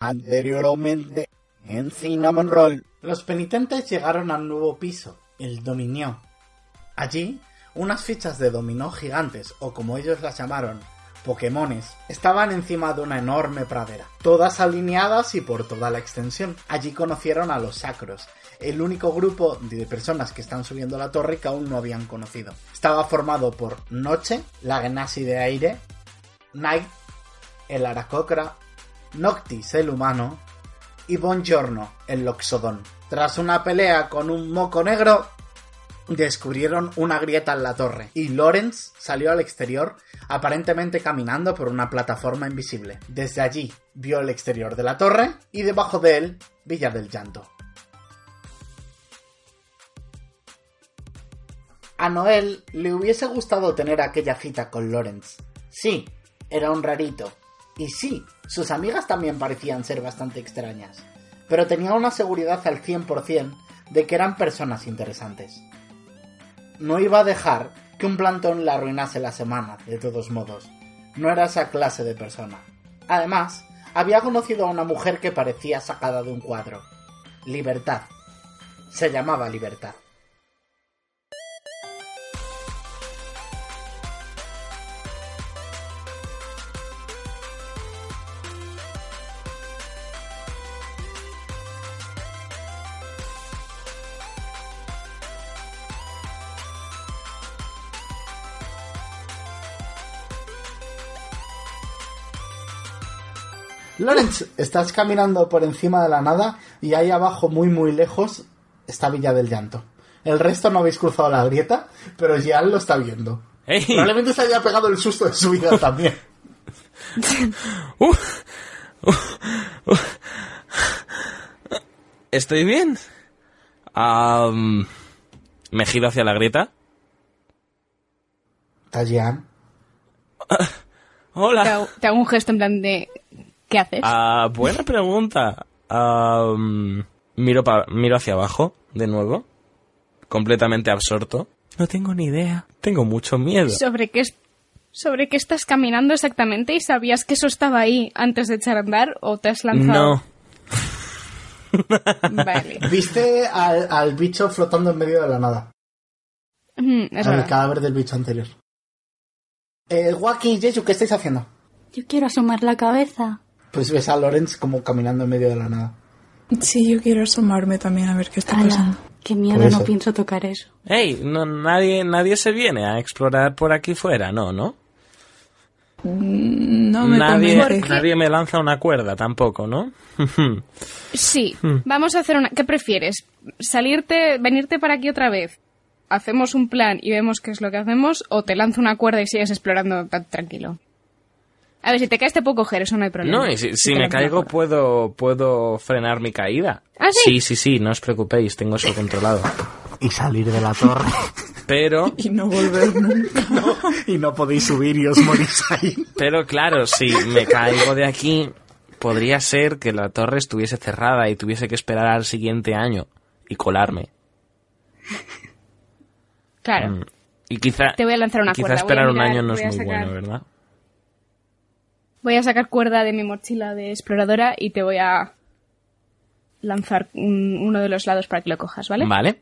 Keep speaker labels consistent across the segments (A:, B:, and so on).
A: Anteriormente, en Cinnamon Roll.
B: Los penitentes llegaron al nuevo piso, el Dominio. Allí, unas fichas de dominó gigantes, o como ellos las llamaron, Pokémones, estaban encima de una enorme pradera, todas alineadas y por toda la extensión. Allí conocieron a los sacros, el único grupo de personas que están subiendo la torre que aún no habían conocido. Estaba formado por Noche, la Genasi de Aire, Night, el Aracocra, Noctis, el humano, y Bongiorno, el Loxodón. Tras una pelea con un moco negro, descubrieron una grieta en la torre y Lawrence salió al exterior, aparentemente caminando por una plataforma invisible. Desde allí vio el exterior de la torre y debajo de él Villa del Llanto. A Noel le hubiese gustado tener aquella cita con Lawrence. Sí, era un rarito. Y sí, sus amigas también parecían ser bastante extrañas. Pero tenía una seguridad al 100% de que eran personas interesantes no iba a dejar que un plantón le arruinase la semana, de todos modos. No era esa clase de persona. Además, había conocido a una mujer que parecía sacada de un cuadro. Libertad. Se llamaba Libertad. Lawrence, estás caminando por encima de la nada y ahí abajo, muy muy lejos, está Villa del Llanto. El resto no habéis cruzado la grieta, pero Jean lo está viendo.
C: ¡Ey!
B: Probablemente se haya pegado el susto de su vida también.
C: Uh, uh, uh. Estoy bien. Am, me giro hacia la grieta.
B: Está Jean.
C: Hola.
D: Te hago, te hago un gesto en plan de... ¿Qué haces?
C: Ah, buena pregunta. Ah, mm, miro, pa- miro hacia abajo, de nuevo. Completamente absorto. No tengo ni idea. Tengo mucho miedo.
D: ¿Sobre qué, es- ¿Sobre qué estás caminando exactamente y sabías que eso estaba ahí antes de echar a andar o te has
C: No.
D: lanzado? Vale.
B: Viste al, al bicho flotando en medio de la nada.
D: Mm, es
B: al
D: verdad.
B: cadáver del bicho anterior. Eh, Waki y Jeju, ¿qué estáis haciendo?
E: Yo quiero asomar la cabeza.
B: Pues ves a Lawrence como caminando en medio de la nada.
F: Sí, yo quiero asomarme también a ver qué está pasando.
E: Ala, qué miedo,
B: Por eso.
E: no pienso tocar eso.
C: Hey, no, nadie, nadie se viene a explorar por aquí fuera, no, ¿no?
F: No me
C: nadie,
F: convence.
C: nadie me lanza una cuerda tampoco, ¿no?
D: Sí,
C: Hmm.
D: vamos a hacer una... ¿Qué prefieres? ¿Salirte, venirte para aquí otra vez? ¿Hacemos un plan y vemos qué es lo que hacemos o te lanzo una cuerda y sigues explorando tan tranquilo? A ver, si te caes te puedo coger, eso no hay problema.
C: no, y si, si
D: Te
C: me
D: lanzo una
C: caigo
D: cuerda.
C: puedo, puedo frenar mi caída.
D: ¿Ah,
C: sí,
D: sí?
C: sí, sí, no os preocupéis, tengo eso controlado.
A: Y salir de la torre.
C: Pero
F: Y no volver nunca.
B: y no podéis subir y os morís ahí.
C: Pero claro, si me caigo de aquí, podría ser que la torre estuviese cerrada y tuviese que esperar al siguiente año y colarme.
D: Claro.
C: Mm. Y quizá,
D: Te voy a lanzar una
C: quizá
D: cuerda, voy a
C: esperar
D: mirar,
C: un año no
D: voy
C: es
D: a
C: muy
D: sacar-
C: bueno, ¿verdad?
D: Voy a sacar cuerda de mi mochila de exploradora y te voy a lanzar un- uno de los lados para que lo cojas, ¿vale?
C: Vale.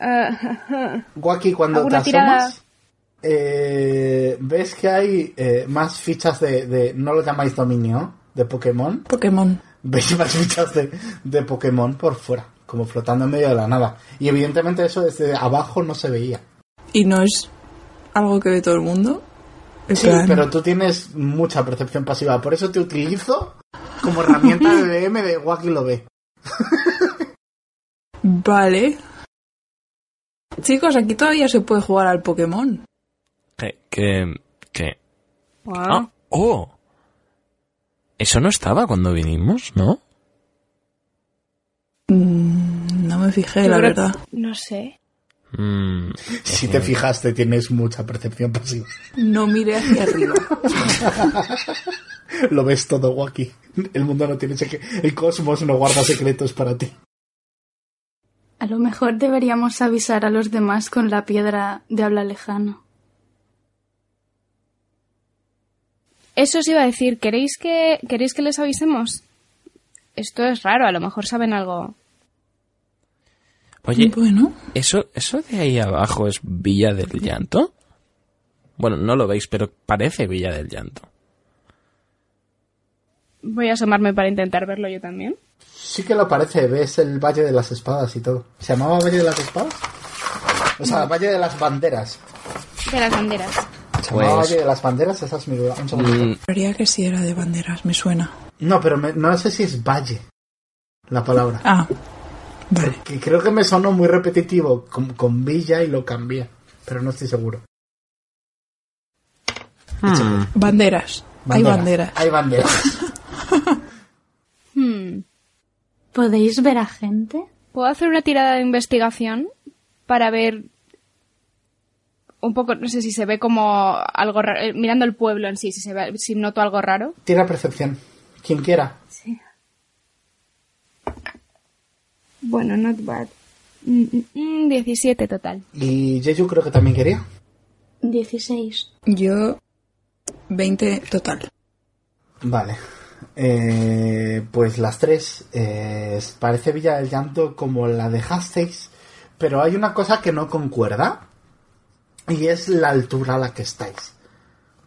D: Ah,
B: Guaki, cuando te
D: ¿Alguna tirada?
B: asomas, eh, ves que hay eh, más fichas de, de- No lo llamáis dominio, de Pokémon.
F: Pokémon.
B: Veis más fichas de, de Pokémon por fuera, como flotando en medio de la nada. Y evidentemente eso desde abajo no se veía.
F: Y no es algo que ve todo el mundo. En
B: Sí,
F: plan,
B: pero tú tienes mucha percepción pasiva, por eso te utilizo como herramienta de DM de Guaki lo ve.
F: Vale. Chicos, aquí todavía se puede jugar al Pokémon.
C: Que, que, que-
D: guau.
C: Ah, oh. Eso no estaba cuando vinimos, ¿no?
F: Mm, no me fijé,
D: Yo
F: la
D: creo-
F: verdad.
D: No sé.
C: Mm,
B: Si te fijaste, tienes mucha percepción pasiva.
F: No miré hacia arriba.
B: Lo ves todo wacky. El mundo no tiene secretos. El cosmos no guarda secretos para ti.
E: A lo mejor deberíamos avisar a los demás con la piedra de habla lejano.
D: Eso os iba a decir, ¿queréis que, ¿queréis que les avisemos? Esto es raro, a lo mejor saben algo.
C: Oye,
F: Bueno,
C: ¿eso, ¿eso de ahí abajo es Villa del Llanto? Bueno, no lo veis, pero parece Villa del Llanto.
D: Voy a asomarme para intentar verlo yo también.
B: Sí que lo parece, ves el Valle de las Espadas y todo. ¿Se llamaba Valle de las Espadas? O sea,
C: Mm.
B: Valle de las Banderas.
D: De las banderas.
B: ¿Se llamaba
C: Pues-
B: Valle de las Banderas? Esa es mi duda. Un segundo.
C: Mm,
F: creía que sí era de banderas, me suena.
B: No, pero me- no sé si es Valle la palabra.
F: Ah, vale.
B: Que creo que me sonó muy repetitivo con, con Villa y lo cambié, pero no estoy seguro.
F: Banderas. Hay banderas.
B: Hay banderas.
D: Hmm.
E: ¿Podéis ver a gente?
D: ¿Puedo hacer una tirada de investigación para ver un poco, no sé si se ve como algo raro, eh, mirando el pueblo en sí, si, se ve, si noto algo raro?
B: Tira percepción. Quien quiera.
D: Bueno, not bad. Mm, mm, mm, 17 total.
B: Y Jeju creo que también quería.
E: 16.
F: Yo, 20 total.
B: Vale. Eh, pues las tres. eh, parece Villa del Llanto como la dejasteis. Pero hay una cosa que no concuerda. Y es la altura a la que estáis.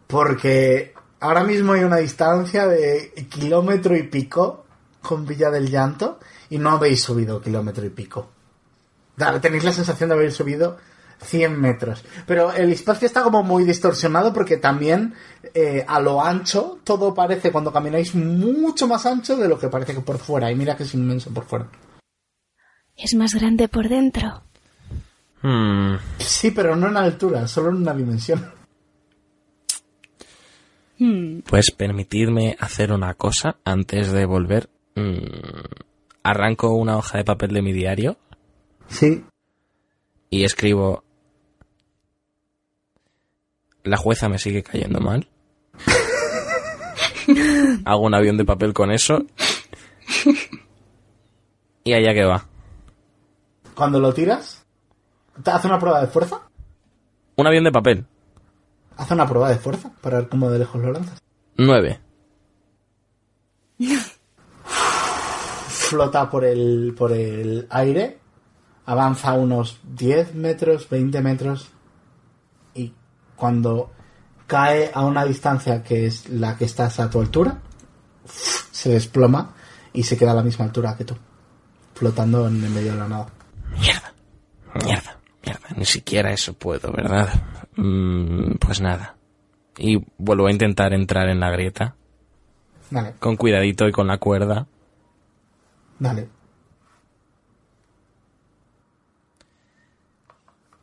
B: Porque ahora mismo hay una distancia de kilómetro y pico con Villa del Llanto. Y no habéis subido kilómetro y pico. Da- Tenéis la sensación de haber subido 100 metros. Pero el espacio está como muy distorsionado porque también eh, a lo ancho todo parece cuando camináis mucho más ancho de lo que parece que por fuera. Y mira que es inmenso por fuera.
D: Es más grande por dentro.
C: mm.
B: Sí, pero no en altura, solo en una dimensión.
C: Pues permitidme hacer una cosa antes de volver. Mm, arranco una hoja de papel de mi diario
B: Sí.
C: y escribo... La jueza me sigue cayendo mal. Hago un avión de papel con eso. Y allá que va.
B: Cuando lo tiras, te hace una prueba de fuerza.
C: Un avión de papel.
B: Haz una prueba de fuerza para ver cómo de lejos lo lanzas.
C: 9.
B: Flota por el, por el aire, avanza unos 10 metros, 20 metros y cuando cae a una distancia que es la que estás a tu altura, se desploma y se queda a la misma altura que tú, flotando en el medio de la nada.
C: Mierda. Mierda. Mierda. Ni siquiera eso puedo, ¿verdad? Mm, pues nada. Y vuelvo a intentar entrar en la grieta.
B: Vale,
C: Con cuidadito y con la cuerda.
B: vale.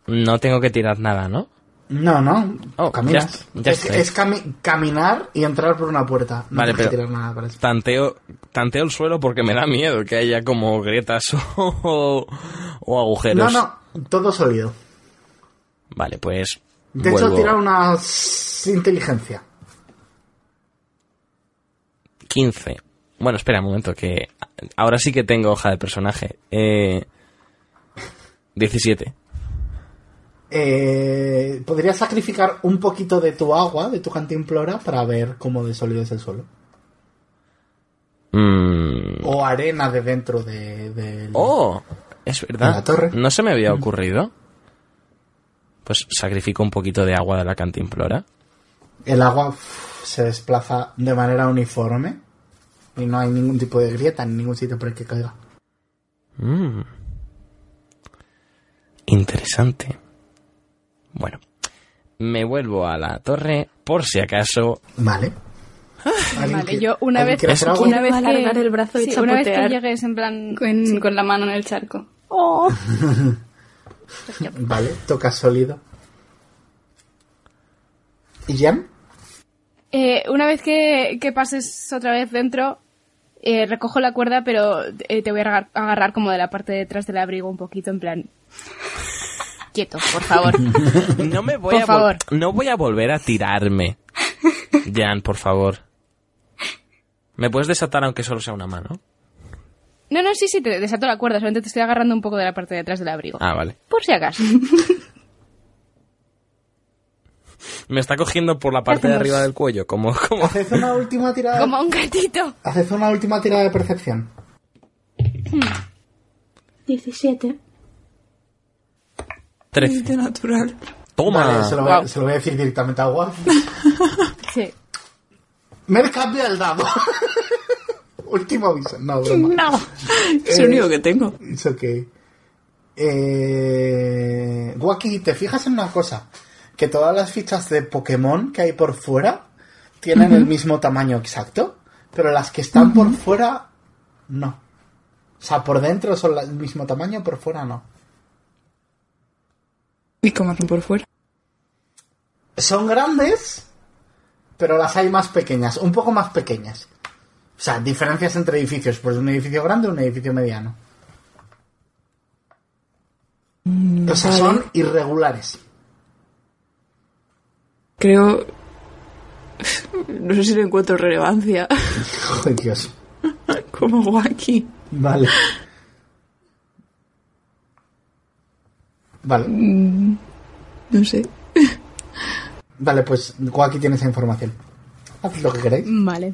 C: No tengo que tirar nada, ¿no?
B: No, no,
C: Oh,
B: caminas.
C: ya- ya
B: es
C: estoy.
B: es cami- caminar y entrar por una puerta. No
C: Vale,
B: tienes que
C: pero-
B: tirar nada para eso.
C: Tanteo, tanteo el suelo porque me da miedo que haya como grietas o, o
B: No,
C: agujeros.
B: no, todo sólido.
C: Vale, pues.
B: De hecho,
C: vuelvo.
B: tira una s- inteligencia.
C: 15. Bueno, espera un momento, que ahora sí que tengo hoja de personaje. Eh, 17.
B: Eh, Podrías sacrificar un poquito de tu agua, de tu cantimplora, para ver cómo de sólido es el suelo.
C: Mm.
B: O arena de dentro de, del-
C: ¡Oh! Es verdad.
B: En la torre. Mm.
C: No se me había ocurrido. Pues sacrifico un poquito de agua de la cantimplora.
B: El agua f- se desplaza de manera uniforme y no hay ningún tipo de grieta en ningún sitio por el que caiga.
C: Mm. Interesante. Bueno, me vuelvo a la torre por si acaso.
B: Vale. ¿Alguien
D: Ah, Vale,
B: quiere-
D: yo una
B: alguien
D: vez,
B: quiere hacer
C: Es-
B: agua?
D: Ah, una vez que...
E: alargar el brazo y
D: sí, una vez que
E: chapotear.
D: llegues en plan...
E: Con, con la mano en el charco.
D: Oh.
B: Vale, toca sólido. ¿Y Jan?
D: Eh, una vez que, que pases otra vez dentro, eh, recojo la cuerda, pero eh, te voy a agarrar, agarrar como de la parte de detrás del abrigo un poquito, en plan... Quieto, por favor.
C: No me voy
D: Por
C: a vol-
D: favor.
C: no voy a volver a tirarme. Jan, por favor. ¿Me puedes desatar aunque solo sea una mano?
D: No, no, sí, sí, te desato la cuerda, solamente te estoy agarrando un poco de la parte de atrás del abrigo.
C: Ah, vale.
D: Por si acaso.
C: Me está cogiendo por la parte de
D: Hacemos-
C: arriba del cuello, como, como...
B: Haced una última tirada.
D: Como un gatito.
B: Haced una última tirada de percepción.
E: 17.
C: 13.
F: De natural.
C: ¡Toma!
B: Vale, Eh, se, lo voy, a-
D: Wow.
B: se lo voy a decir directamente a Waf.
D: Sí.
B: Mer cambia el dado. Último aviso. No, broma.
F: No. Es lo único que tengo.
B: It's okay. Eh, Wacky, ¿te fijas en una cosa? Que todas las fichas de Pokémon que hay por fuera tienen el mismo tamaño exacto, pero las que están por fuera no. O sea, por dentro son la- el mismo tamaño, por fuera no.
F: Y como hacen por fuera.
B: Son grandes, pero las hay más pequeñas, un poco más pequeñas. O sea, diferencias entre edificios, pues un edificio grande y un edificio mediano. O sea, son irregulares.
F: Creo. No sé si le encuentro relevancia.
B: Joder, Dios.
F: Como Wacky.
B: Vale. Vale,
F: No sé.
B: vale, pues Guaki tiene esa información. Haced lo que queráis.
D: Vale.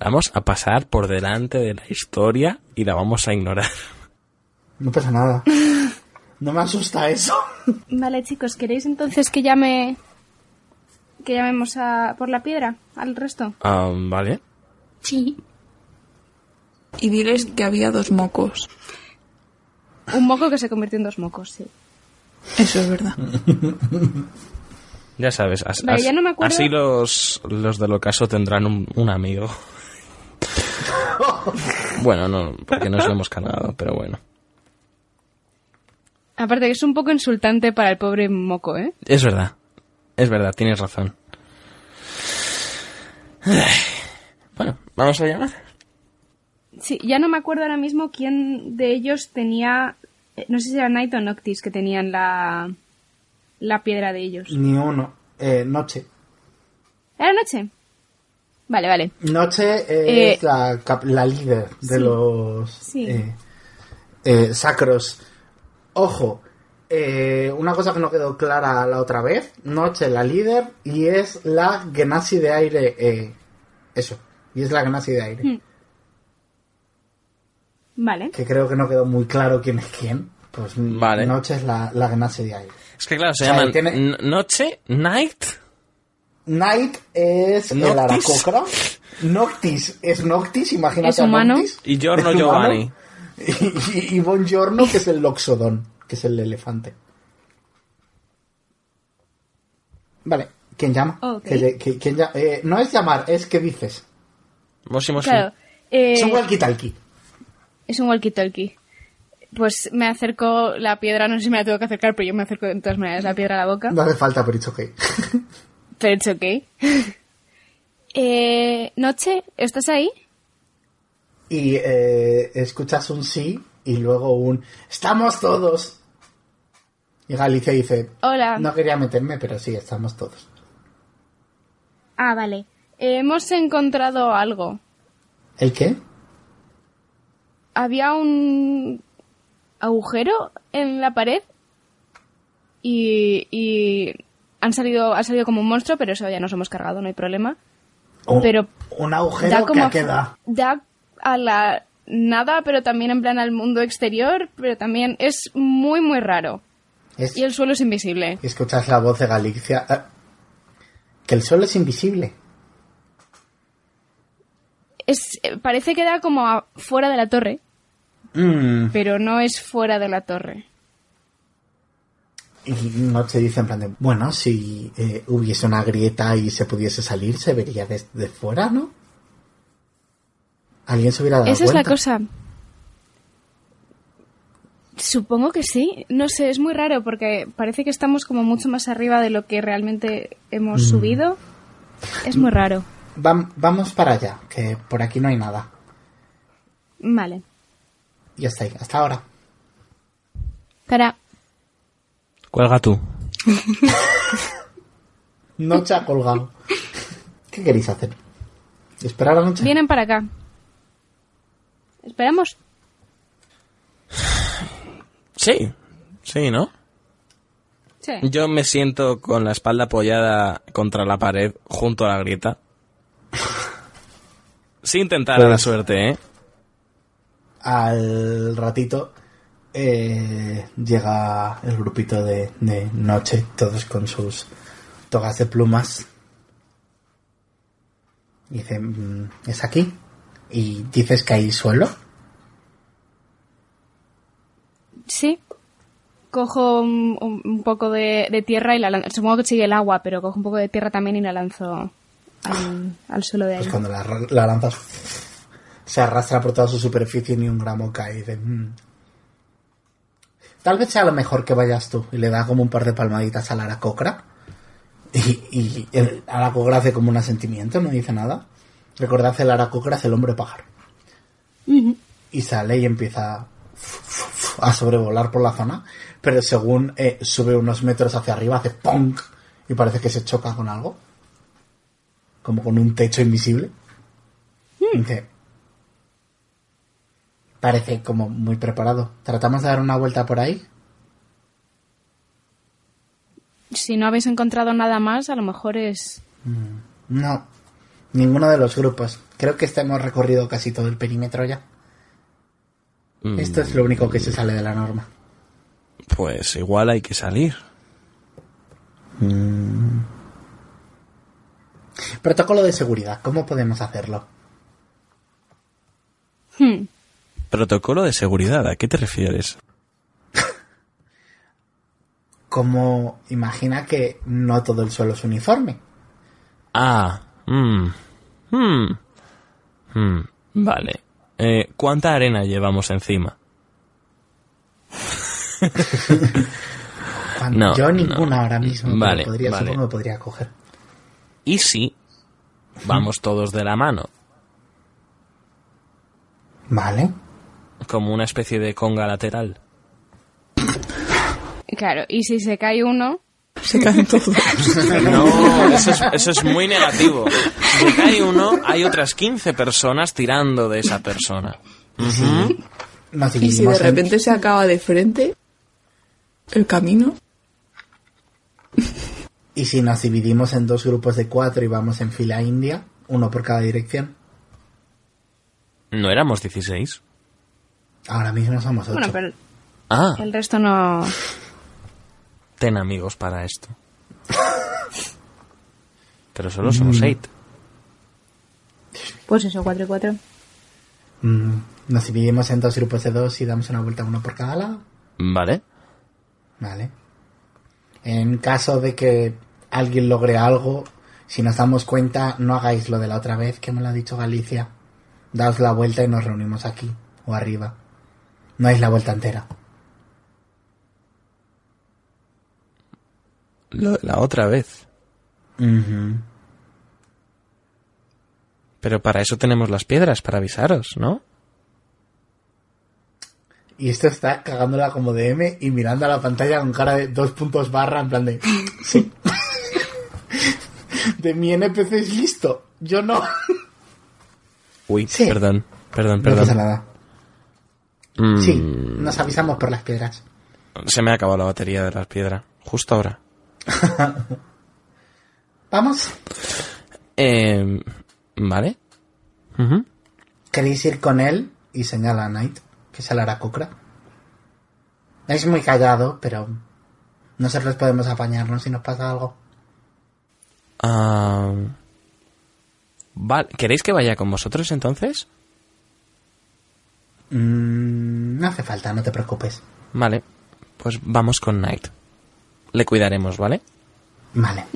C: Vamos a pasar por delante de la historia y la vamos a ignorar.
B: No pasa nada. No me asusta eso.
D: Vale, chicos, ¿queréis entonces que llame... que llamemos a... por la piedra al resto?
C: Ah, vale.
E: Sí.
F: Y diles que había dos mocos.
D: Un moco que se convirtió en dos mocos, sí.
F: Eso es verdad.
C: Ya sabes, as-
D: Vale,
C: as-
D: ya no me acuerdo.
C: así los, los del ocaso tendrán un, un amigo. bueno, no, porque nos lo hemos cargado, pero bueno.
D: Aparte que es un poco insultante para el pobre moco, ¿eh?
C: Es verdad, es verdad, tienes razón. Bueno, vamos a llamar.
D: Sí, ya no me acuerdo ahora mismo quién de ellos tenía... eh, No sé si era Night o Noctis que tenían la... la piedra de ellos.
B: Ni uno. Eh, noche.
D: ¿Era noche? Vale, vale.
B: Noche eh,
D: Eh,
B: es la, cap- la líder de
D: sí.
B: los
D: Sí.
B: eh, eh, sacros. Ojo, eh, una cosa que no quedó clara la otra vez. Noche la líder y es la genasi de aire. eh, eso, y es la genasi de aire.
D: Hmm. Vale.
B: Que creo que no quedó muy claro quién es quién. Pues
C: Vale.
B: Noche es la, la genasi de aire.
C: Es que claro, se
B: O sea,
C: llaman
B: tiene-
C: n- Noche, Night.
B: Night es el
C: Noctis.
B: aracocra. Noctis es Noctis, imagínate.
D: Es humano.
B: A Noctis.
C: Y Giorno
B: Es humano.
C: Giovanni.
B: Y, y, y Buongiorno, que es el loxodón, que es el elefante. Vale, ¿quién llama?
D: Ok.
B: Que lle- que- ¿quién llama? Eh, no es llamar, es que dices.
C: Moshi, moshi.
D: Claro. eh,
B: Es un walkie-talkie.
D: es un walkie-talkie. Pues me acerco la piedra, no sé si me la tengo que acercar, pero yo me acerco de todas maneras la piedra a la boca.
B: No hace falta, pero it's okay.
D: Pero it's ok. Eh, noche, ¿estás ahí?
B: Y eh, escuchas un sí y luego un ¡Estamos todos! Y Galicia dice
D: Hola.
B: No quería meterme, pero sí, estamos todos.
D: Ah, vale. Eh, hemos encontrado algo.
B: ¿El qué?
D: Había un agujero en la pared y, y han salido, ha salido como un monstruo, pero eso ya nos hemos cargado, no hay problema.
B: Un-
D: Pero
B: un agujero que
D: como
B: queda.
D: da a la nada, pero también en plan al mundo exterior, pero también es muy muy raro.
B: Es-
D: Y el suelo es invisible.
B: Y escuchas la voz de Galicia. ah, que el sol es invisible.
D: Es eh, parece que da como a- fuera de la torre,
B: Mm.
D: pero no es fuera de la torre.
B: Y no te dice en plan de, bueno, si eh, hubiese una grieta y se pudiese salir, se vería desde fuera, ¿no? Alguien se hubiera dado
D: Esa es
B: cuenta.
D: la cosa. Supongo que sí. No sé, es muy raro porque parece que estamos como mucho más arriba de lo que realmente hemos subido. Es muy raro.
B: Vam- vamos para allá, que por aquí no hay nada.
D: Vale.
B: Y hasta ahí, hasta ahora.
D: Cara,
C: Cuelga tú.
B: Noche ha colgado. ¿Qué queréis hacer? ¿Esperar a la noche?
D: vienen para acá. ¿Esperamos?
C: Sí, sí, ¿no?
D: Sí.
C: Yo me siento con la espalda apoyada contra la pared junto a la grieta. Sin tentar a la suerte, ¿eh?
B: Al ratito eh, llega el grupito de, de noche, todos con sus togas de plumas. Y dice, "Mm, ¿es aquí? Y dices que hay suelo.
D: Sí. Cojo un, un- un poco de, de tierra y la lanzo. Supongo que sigue el agua, pero cojo un poco de tierra también y la lanzo al, al suelo de ahí.
B: Pues cuando la, ra- la lanzas se arrastra por toda su superficie y ni un gramo cae. Y dice, "Mm". Tal vez sea lo mejor que vayas tú. Y le da como un par de palmaditas a la aracocra. Y, y el aracocra hace como un asentimiento, no dice nada. Recordad, el aracocra es el hombre pájaro. Y sale y empieza a sobrevolar por la zona. Pero según eh, sube unos metros hacia arriba, hace ¡pong! Y parece que se choca con algo como con un techo invisible.
C: Mm.
B: Dice, parece como muy preparado. ¿Tratamos de dar una vuelta por ahí?
D: Si no habéis encontrado nada más, a lo mejor es...
B: No, ninguno de los grupos. Creo que este hemos recorrido casi todo el perímetro ya.
C: Mm,
B: Esto es lo único que se sale de la norma.
C: Pues igual hay que salir.
B: Protocolo de seguridad, ¿cómo podemos hacerlo?
D: Hmm.
C: Protocolo de seguridad, ¿a qué te refieres?
B: Como imagina que no todo el suelo es uniforme.
C: Ah, mm, mm, mm, vale. Eh, ¿Cuánta arena llevamos encima?
B: Cuando-
C: No,
B: yo ninguna ahora mismo, pero
C: Vale,
B: podría,
C: vale.
B: supongo que podría coger.
C: ¿Y si vamos todos de la mano?
B: Vale.
C: Como una especie de conga lateral.
D: Claro, y si se cae uno...
F: Se caen todos.
C: No, eso es, eso es muy negativo. Si se cae uno, hay otras 15 personas tirando de esa persona.
B: Nos
F: Y si de
B: dividimos en-
F: repente se acaba de frente el camino,
B: Y si nos dividimos en dos grupos de cuatro y vamos en fila india, uno por cada dirección,
C: ¿No éramos 16?
B: ahora mismo somos ocho.
D: Bueno, pero
C: Ah,
D: el resto no...
C: ten amigos para esto. Pero solo somos 8.
D: Pues eso, 4 y 4.
B: Mm, nos dividimos en dos grupos de dos y damos una vuelta uno por cada lado.
C: Vale.
B: Vale. En caso de que alguien logre algo, si nos damos cuenta, no hagáis lo de la otra vez que me lo ha dicho Galicia. Daos la vuelta y nos reunimos aquí o arriba. No es la vuelta entera.
C: Lo- la otra vez.
B: Ujú.
C: Pero para eso tenemos las piedras, para avisaros, ¿no?
B: Y esto está cagándola como DM y mirando a la pantalla con cara de dos puntos barra, en plan de. Sí. De mi NPC es listo. Yo no.
C: Uy,
B: Sí.
C: perdón, perdón,
B: No pasa
C: perdón.
B: nada.
C: Mm,
B: Sí, nos avisamos por las piedras.
C: Se me ha acabado la batería de las piedras, justo ahora.
B: Vamos.
C: Eh, vale. Ujú.
B: ¿Queréis ir con él? Y señala a Knight, que es el Aracocra. Es muy callado, pero. Nosotros podemos apañarnos si nos pasa algo.
C: Ah, vale. ¿Queréis que vaya con vosotros entonces?
B: Mm, no hace falta, no te preocupes.
C: Vale, pues vamos con Knight. Le cuidaremos, ¿vale?
B: Vale.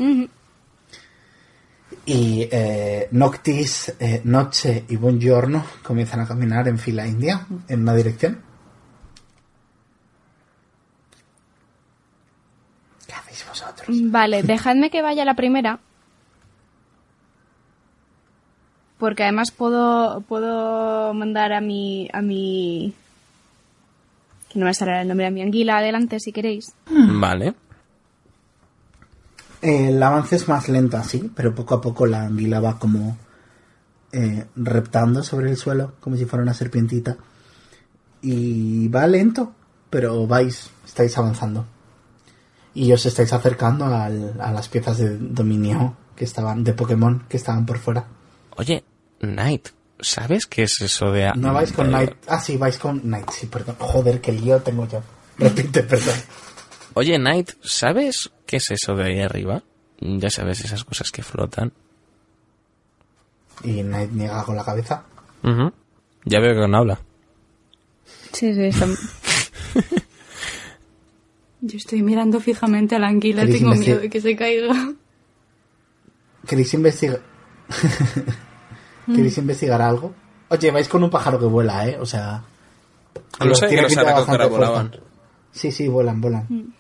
B: Y eh, Noctis, eh, Noche y Buongiorno comienzan a caminar en fila india en una dirección.
D: Vale, dejadme que vaya la primera. Porque además puedo, puedo mandar a mi, a mi... Que no me saldrá el nombre, a mi anguila adelante si queréis.
B: Hmm.
C: Vale.
B: Eh, el avance es más lento así, pero poco a poco la anguila va como eh, reptando sobre el suelo, como si fuera una serpientita. Y va lento, pero vais, estáis avanzando. Y os estáis acercando al- a las piezas de dominio que estaban, de Pokémon que estaban por fuera.
C: Oye, Knight, ¿sabes qué es eso de... a-
B: No vais con
C: de-
B: Knight. Ah, sí, vais con Knight, sí, perdón. Joder, qué lío tengo yo. Repite, perdón.
C: Oye, Knight, ¿sabes qué es eso de ahí arriba? Ya sabes, esas cosas que flotan.
B: Y Knight niega con la cabeza.
C: Ujú. Ya veo que no habla.
D: Sí, sí, está...
E: Yo estoy mirando fijamente a la anguila,
B: ¿Queréis
E: tengo
B: investigar?
E: miedo de que se caiga.
B: ¿Queréis investigar? ¿Queréis investigar algo? Oye, vais con un pájaro que vuela, ¿eh? O sea...
C: No Ah, sé,
B: tiene
C: que
B: pinta
C: no sabía que
B: bastante
C: ahora volaban.
B: fuerte. Sí, sí, vuelan, vuelan.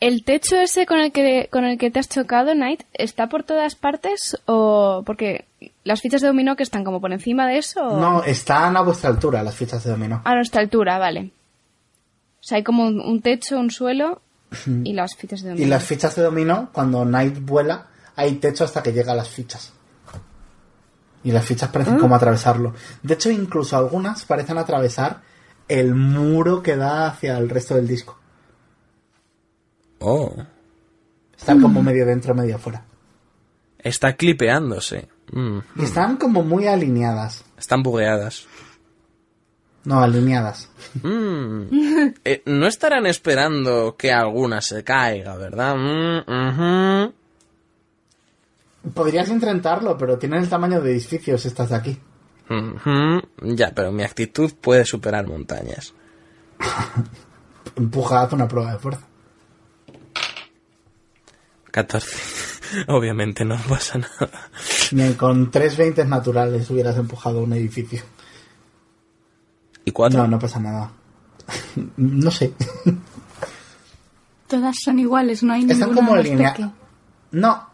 D: ¿El techo ese con el que con el que te has chocado, Knight, está por todas partes o porque las fichas de dominó que están como por encima de eso? o-
B: No, están a vuestra altura las fichas de dominó.
D: A nuestra altura, vale. O sea, hay como un, un techo, un suelo y las fichas de dominó.
B: Y las fichas de dominó, cuando Knight vuela, hay techo hasta que llega a las fichas. Y las fichas parecen como atravesarlo. De hecho, incluso algunas parecen atravesar el muro que da hacia el resto del disco.
C: Oh,
B: Están como medio dentro, medio afuera.
C: está clipeándose. Mm,
B: Y están como muy alineadas.
C: Están bugueadas.
B: No, alineadas.
C: Mm. Eh, no estarán esperando que alguna se caiga, ¿verdad? Mm, ujú.
B: Podrías intentarlo, pero tienen el tamaño de edificios estas de aquí.
C: Ujú. Ya, pero mi actitud puede superar montañas.
B: Empuja, haz una prueba de fuerza.
C: 14. Obviamente no pasa nada.
B: Ni con tres veintes naturales hubieras empujado un edificio.
C: ¿Y cuatro?
B: No, no pasa nada. no sé.
E: Todas son iguales, no hay
B: Están
E: ninguna
B: como
E: más
B: alineadas.
E: pequeña.
B: No.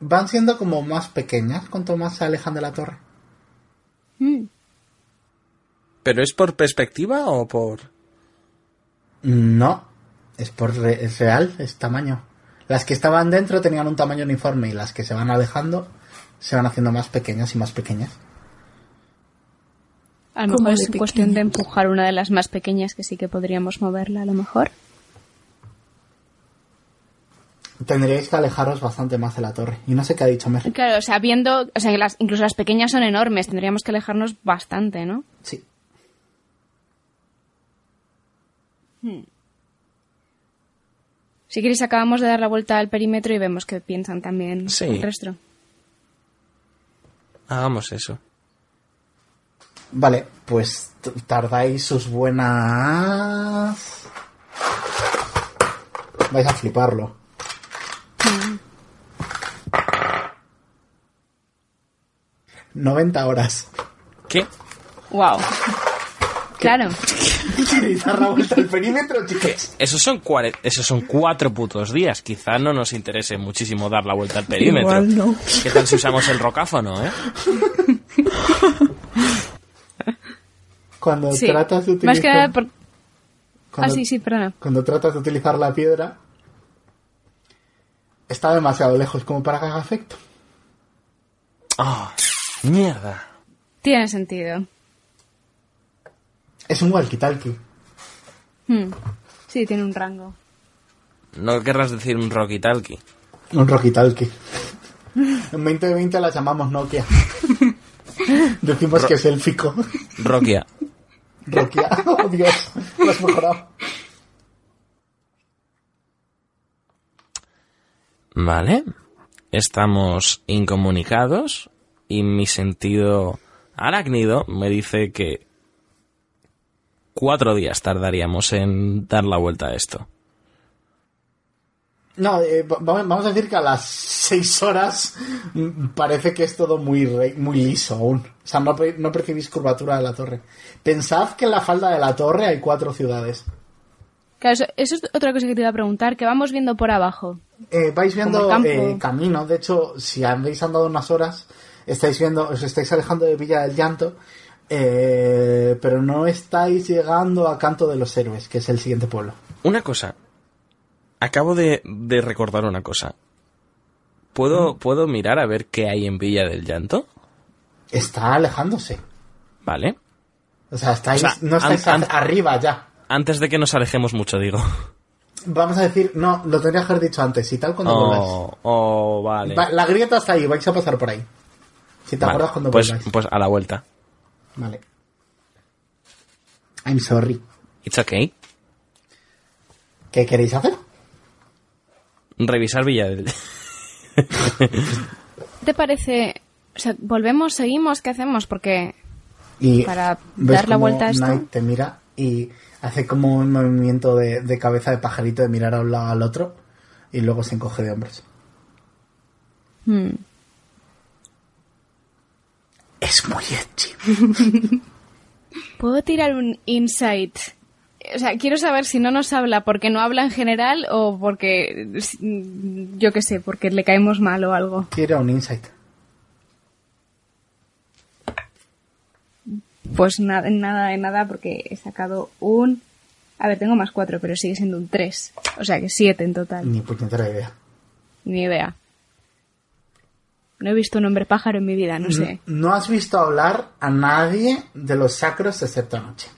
B: Van siendo como más pequeñas cuanto más se alejan de la torre.
C: ¿Pero es por perspectiva o por...?
B: No. Es por re- es real, es tamaño. Las que estaban dentro tenían un tamaño uniforme y las que se van alejando se van haciendo más pequeñas y más pequeñas.
D: A lo
E: Como
D: mejor
E: de
D: es
E: pequeña.
D: cuestión de empujar una de las más pequeñas que sí que podríamos moverla, a lo mejor.
B: Tendríais que alejaros bastante más de la torre. Y no sé qué ha dicho Mer.
D: Claro, o sea, viendo, o sea, que las, incluso las pequeñas son enormes, tendríamos que alejarnos bastante, ¿no?
B: Sí.
D: Si queréis acabamos de dar la vuelta al perímetro y vemos qué piensan también
C: Sí.
D: el resto.
C: Hagamos eso.
B: Vale, pues t- tardáis sus buenas... Vais a fliparlo. ...90 horas.
C: ¿Qué?
D: Wow. Claro.
B: ¿Queréis dar la vuelta al perímetro, chicos?
C: Esos son, cuare- esos son cuatro putos días. Quizá no nos interese muchísimo dar la vuelta al perímetro.
F: Igual no.
C: ¿Qué tal si usamos el rocáfono, eh?
B: Cuando
D: Sí.
B: tratas de utilizar...
D: Más que nada por... Ah,
B: cuando,
D: sí, sí, perdona.
B: cuando tratas de utilizar la piedra... Está demasiado lejos como para que haga efecto.
C: Ah, mierda.
D: Tiene sentido.
B: Es un walkie-talkie.
D: Hmm. Sí, tiene un rango.
C: No querrás decir un rocky talkie.
B: Un walkie-talkie. En 2020 la llamamos Nokia. Decimos que es el fico.
C: Rokia.
B: Nokia. Oh, Dios. Lo has mejorado.
C: Vale. Estamos incomunicados y mi sentido arácnido me dice que cuatro días tardaríamos en dar la vuelta a esto.
B: No, eh, va- va- vamos a decir que a las 6 horas mm, parece que es todo muy, re- muy liso aún. O sea, no, pe- no percibís curvatura de la torre. Pensad que en la falda de la torre hay cuatro ciudades.
D: Claro, eso, eso es otra cosa que te iba a preguntar, que vamos viendo por abajo.
B: Eh, vais viendo
D: Como el campo.
B: eh, camino, de hecho, si habéis andado unas horas, estáis viendo, os estáis alejando de Villa del Llanto, eh, pero no estáis llegando a Canto de los Héroes, que es el siguiente pueblo.
C: Una cosa. Acabo de, de recordar una cosa. ¿Puedo, ¿Puedo mirar a ver qué hay en Villa del Llanto?
B: Está alejándose.
C: Vale.
B: O sea, estáis,
C: O sea,
B: no estáis
C: an-
B: a-
C: an-
B: arriba ya.
C: Antes de que nos alejemos mucho, digo.
B: Vamos a decir, no, lo tendría que haber dicho antes, y tal cuando volváis.
C: Oh, oh, vale.
B: Va- la grieta está ahí, vais a pasar por ahí. Si te
C: Vale,
B: acuerdas cuando
C: pues,
B: volváis.
C: pues a la vuelta.
B: Vale. I'm sorry.
C: It's okay.
B: ¿Qué queréis hacer?
C: Revisar Villa del...
D: ¿Te parece? O sea, volvemos, seguimos, ¿qué hacemos? Porque
B: Y
D: Para
B: ves
D: dar la
B: cómo
D: vuelta a esto.
B: Knight te mira y hace como un movimiento de, de cabeza de pajarito de mirar a un lado al otro y luego se encoge de hombros.
D: hmm,
B: Es muy edgy.
D: puedo tirar un insight. O sea, quiero saber si no nos habla porque no habla en general o porque mm, yo qué sé, porque le caemos mal o algo.
B: Tira un insight.
D: Pues nada, nada de nada porque he sacado un A ver, tengo más cuatro, pero sigue siendo un tres. O sea, que siete en total.
B: Ni puñetera idea.
D: Ni idea. No he visto un hombre pájaro en mi vida,
B: Mm.
D: no sé.
B: No has visto hablar a nadie de los sacros excepto anoche.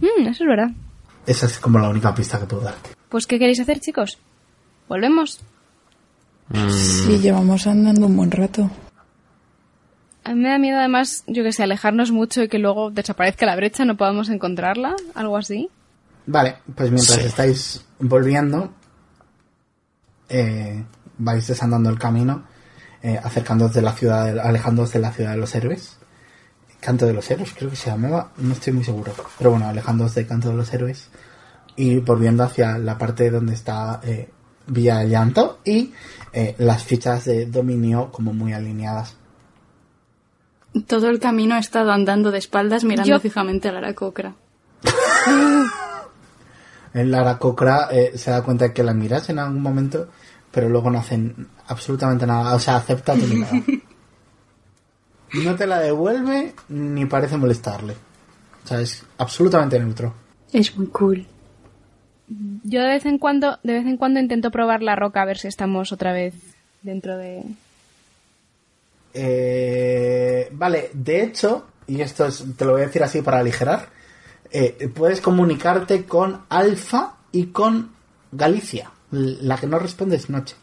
D: Mm, eso es verdad.
B: Esa es como la única pista que puedo darte.
D: Pues, ¿qué queréis hacer, chicos? ¿Volvemos?
F: Sí, llevamos andando un buen rato.
D: A mí me da miedo, además, yo que sé, alejarnos mucho y que luego desaparezca la brecha, no podamos encontrarla, algo así.
B: Vale, pues mientras
C: Sí.
B: estáis volviendo, eh, vais desandando el camino, eh, acercándoos de la ciudad, alejándoos de la ciudad de los héroes. Canto de los héroes, creo que se llamaba, no estoy muy seguro. Pero bueno, alejándoos de Canto de los héroes y volviendo hacia la parte donde está eh, Villa del Llanto y eh, las fichas de dominio como muy alineadas.
E: Todo el camino he estado andando de espaldas mirando
D: Yo-
E: fijamente a la aracocra.
B: Eh, Lara Cocra eh, se da cuenta de que la miras en algún momento, pero luego no hacen absolutamente nada. O sea, acepta tu mirada. No te la devuelve ni parece molestarle. O sea, es absolutamente neutro.
E: Es muy cool.
D: Yo de vez en cuando, de vez en cuando intento probar la roca a ver si estamos otra vez dentro de...
B: Eh, vale, de hecho, y esto es- te lo voy a decir así para aligerar, eh, puedes comunicarte con Alfa y con Galicia. La que no responde es Noche.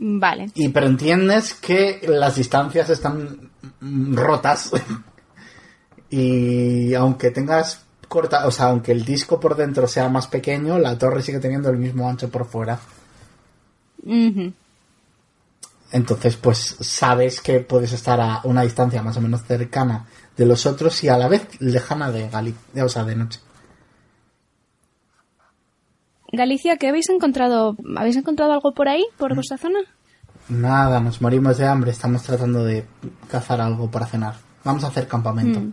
D: Vale.
B: Y pero entiendes que las distancias están mm, rotas. y aunque tengas corta, o sea, aunque el disco por dentro sea más pequeño, la torre sigue teniendo el mismo ancho por fuera.
D: Ujú.
B: Entonces, pues sabes que puedes estar a una distancia más o menos cercana de los otros y a la vez lejana de Gali, de- o sea, de noche.
D: Galicia, ¿qué habéis encontrado? ¿Habéis encontrado algo por ahí, por vuestra zona?
B: Nada, nos morimos de hambre, estamos tratando de cazar algo para cenar. Vamos a hacer campamento.
D: Mm.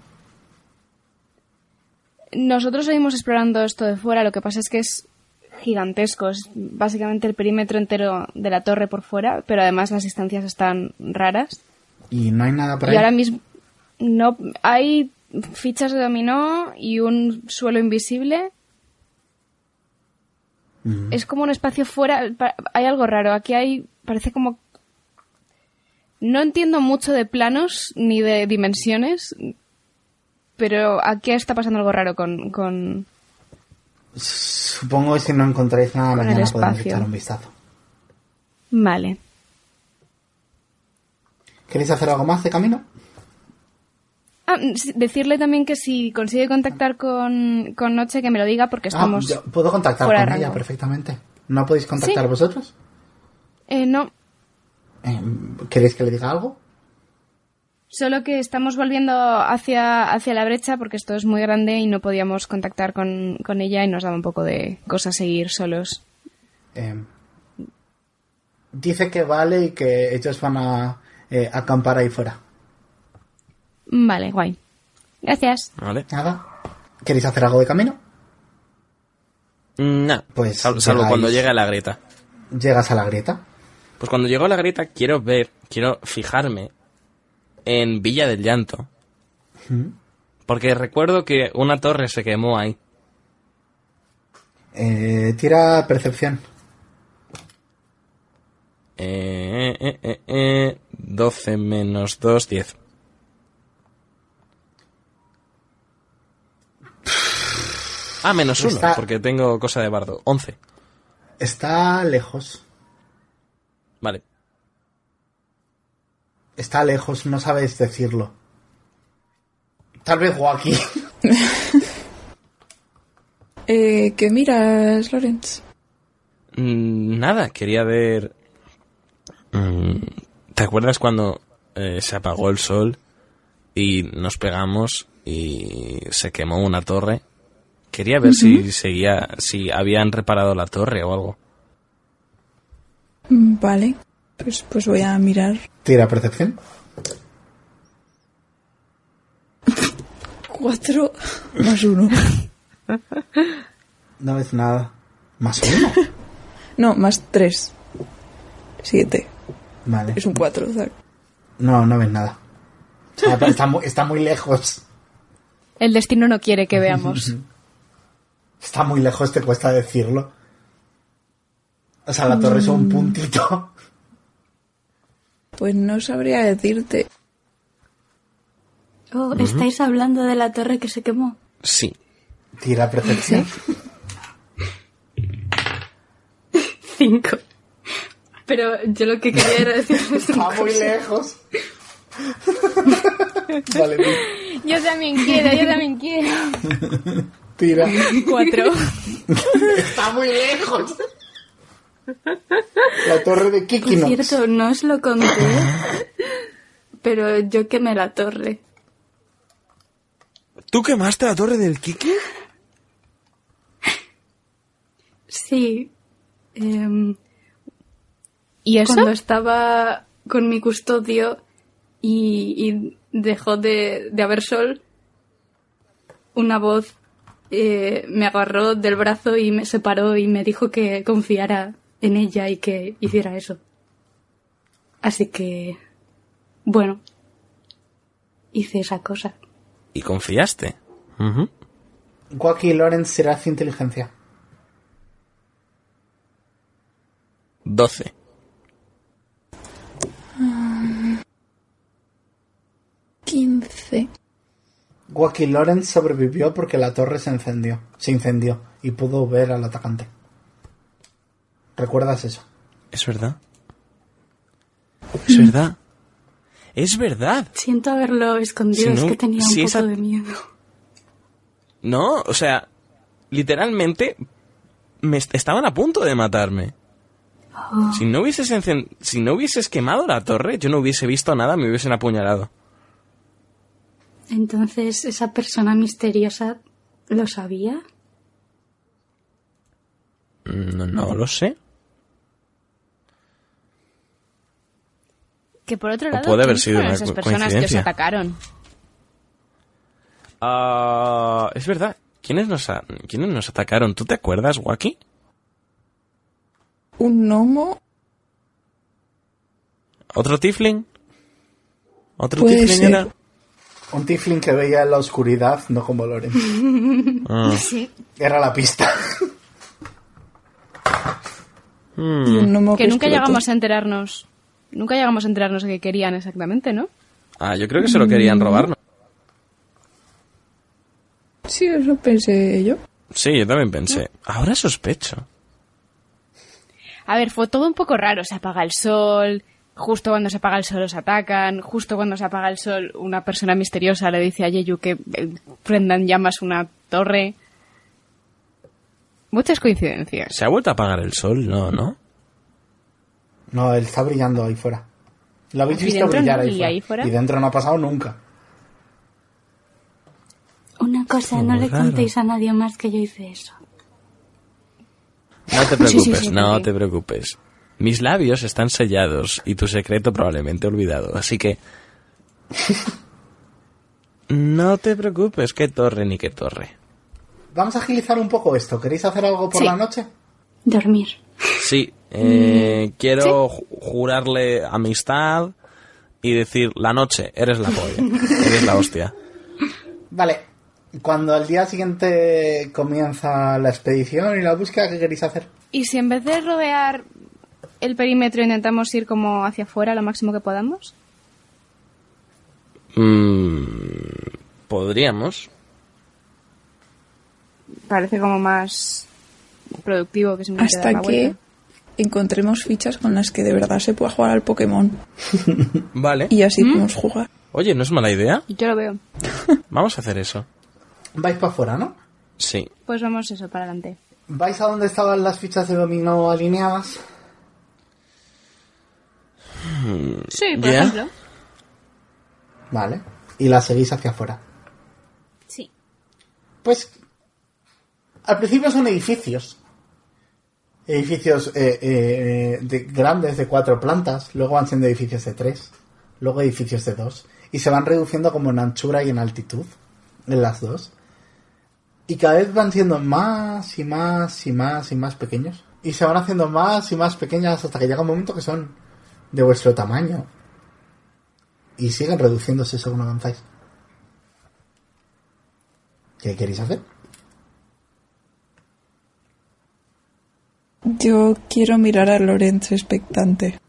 D: Nosotros seguimos explorando esto de fuera, lo que pasa es que es gigantesco, es básicamente el perímetro entero de la torre por fuera, pero además las distancias están raras.
B: Y no hay nada por
D: Y
B: ahí.
D: ahora mismo no hay fichas de dominó y un suelo invisible.
B: Mm.
D: Es como un espacio fuera. pa- Hay algo raro. Aquí hay. Parece como. No entiendo mucho de planos ni de dimensiones. Pero aquí está pasando algo raro con. con-
B: Supongo que si no encontráis nada,
D: Con el
B: mañana podemos
D: espacio.
B: echar un vistazo.
D: Vale.
B: ¿Queréis hacer algo más de camino?
D: Ah, sí, decirle también que si consigue contactar con, con Noche, que me lo diga porque estamos.
B: Ah, yo puedo contactar con
D: fuera de
B: ella
D: rango.
B: perfectamente. ¿No podéis contactar
D: Sí.
B: vosotros?
D: Eh, no,
B: Eh, ¿Queréis que le diga algo?
D: Solo que estamos volviendo hacia, hacia la brecha porque esto es muy grande y no podíamos contactar con, con ella y nos daba un poco de cosa seguir solos.
B: Eh, dice que vale y que ellos van a eh, acampar ahí fuera.
D: Vale, guay. Gracias.
C: Vale.
B: Nada. ¿Queréis hacer algo de camino?
C: No.
B: Pues
C: Mm, Sal- salvo
B: llegáis-
C: cuando llega la grieta.
B: Llegas a la grieta.
C: Pues cuando llegó la grieta quiero ver, quiero fijarme en Villa del Llanto. Porque recuerdo que una torre se quemó ahí.
B: Eh, tira percepción.
C: Eh, eh, eh, eh, 12 menos 2, 10. Ah, menos 1,
B: Está-
C: porque tengo cosa de bardo. 11.
B: Está lejos.
C: Vale.
B: Está lejos, no sabéis decirlo. Tal vez Joaquín.
F: Eh, ¿Qué miras, Lawrence?
C: Mm, Nada, quería ver... Mm, ¿Te acuerdas cuando eh, se apagó el sol y nos pegamos y se quemó una torre? Quería ver si seguía, si habían reparado la torre o algo.
F: Mm, Vale. Pues, pues voy a mirar.
B: Tira percepción.
F: Cuatro más uno.
B: No ves nada. Más uno.
F: No, más tres. Siete.
B: Vale.
F: Es un cuatro. o sea,
B: No, no ves nada. Ah, pero está, mu- está muy lejos.
D: El destino no quiere que veamos.
B: Está muy lejos, te cuesta decirlo. O sea, la torre es un puntito.
F: Pues no sabría decirte.
E: Oh, estáis hablando de la torre que se quemó.
C: Sí,
B: Tira percepción.
E: Cinco. Pero yo lo que quería era decir
B: Está muy lejos. vale, vi.
D: Yo también quiero, yo también quiero.
B: tira.
D: Cuatro.
B: Está muy lejos. La torre de
E: Por
B: Kikinox.
E: cierto, no os lo conté, pero yo quemé la torre.
C: ¿Tú quemaste la torre del Kiki?
E: Sí. em,
D: ¿Y eso?
E: cuando estaba con mi custodio y, y dejó de, de haber sol, una voz eh, me agarró del brazo y me separó y me dijo que confiara en ella y que hiciera eso. Así que, bueno, hice esa cosa.
C: Y confiaste. Ujú.
B: Wacky Lawrence será hace inteligencia.
C: 12.
F: Quince.
B: Wacky Lawrence sobrevivió porque la torre se encendió, se incendió y pudo ver al atacante. ¿Recuerdas eso?
C: Es verdad. Es verdad. Es verdad.
E: Siento haberlo escondido,
C: Si
E: es
C: no-
E: que tenía un
C: si
E: poco
C: esa-
E: de miedo.
C: No, o sea, literalmente me est- estaban a punto de matarme.
F: Ah.
C: Si no hubieses encen- si no hubieses quemado la torre, yo no hubiese visto nada, me hubiesen apuñalado.
E: Entonces, ¿esa persona misteriosa lo sabía?
C: No, no lo sé.
D: Que por otro
C: O
D: lado,
C: puede haber
D: ¿quiénes
C: sido
D: fueron
C: una
D: esas
C: co-
D: personas que os
C: coincidencia.
D: atacaron?
C: Ah, es verdad. ¿Quiénes nos, a- ¿Quiénes nos atacaron? ¿Tú te acuerdas, Wacky?
F: Un gnomo.
C: ¿Otro Tifling? ¿Otro
F: Puede
C: Tifling
F: ser.
C: era?
B: Un tiflin que veía en la oscuridad, no como Lawrence.
D: Sí.
B: Era la pista.
C: Mm.
F: y un gnomo
D: Que nunca
F: explotó.
D: llegamos a enterarnos. Nunca llegamos a enterarnos de qué querían exactamente, ¿no?
C: Ah, yo creo que se lo
F: Mm.
C: querían robar. ¿no?
F: Sí, eso pensé yo.
C: Sí, yo también pensé. Ahora sospecho.
D: A ver, fue todo un poco raro. Se apaga el sol, justo cuando se apaga el sol los atacan, justo cuando se apaga el sol una persona misteriosa le dice a Yeyu que eh, prendan llamas una torre. Muchas coincidencias.
C: ¿Se ha vuelto a apagar el sol? No, ¿no?
B: No, él está brillando ahí fuera. Lo habéis
D: Y
B: visto
D: dentro
B: brillar
D: no,
B: ahí,
D: y
B: fuera.
D: ahí fuera.
B: Y dentro no ha pasado nunca.
E: Una cosa,
C: Muy
E: no le
C: raro.
E: contéis a nadie más que yo hice eso.
C: No te preocupes,
D: Sí, sí, sí,
C: no
D: sí.
C: te preocupes. Mis labios están sellados y tu secreto probablemente olvidado, así que... No te preocupes, qué torre ni qué torre.
B: Vamos a agilizar un poco esto. ¿Queréis hacer algo por
E: Sí.
B: la noche?
E: Dormir.
C: Sí, eh,
D: Mm.
C: quiero ju- jurarle amistad y decir, la noche, eres la polla, eres la hostia.
B: Vale. Cuando al día siguiente comienza la expedición y la búsqueda, ¿qué queréis hacer?
D: ¿Y si en vez de rodear el perímetro intentamos ir como hacia afuera lo máximo que podamos?
C: Mm, Podríamos.
D: Parece como más productivo que simplemente dar
F: Hasta
D: la
F: que
D: vuelta.
F: encontremos fichas con las que de verdad se pueda jugar al Pokémon.
C: Vale.
F: Y
D: ¿Mm?
F: así podemos jugar.
C: Oye, no es mala idea.
D: Yo lo veo.
C: Vamos a hacer eso.
B: Vais para afuera, ¿no?
C: Sí.
D: Pues vamos eso, para adelante.
B: ¿Vais a donde estaban las fichas de dominó alineadas?
D: Sí, por
C: Ya.
D: ejemplo.
B: Vale. Y las seguís hacia afuera.
D: Sí.
B: Pues al principio son edificios. Edificios eh, eh, de- grandes de cuatro plantas, luego van siendo edificios de tres, luego edificios de dos, y se van reduciendo como en anchura y en altitud, en las dos. Y cada vez van siendo más y más y más y más pequeños. Y se van haciendo más y más pequeñas hasta que llega un momento que son de vuestro tamaño. Y siguen reduciéndose según avanzáis. ¿Qué queréis hacer?
F: Yo quiero mirar a Lorenzo expectante.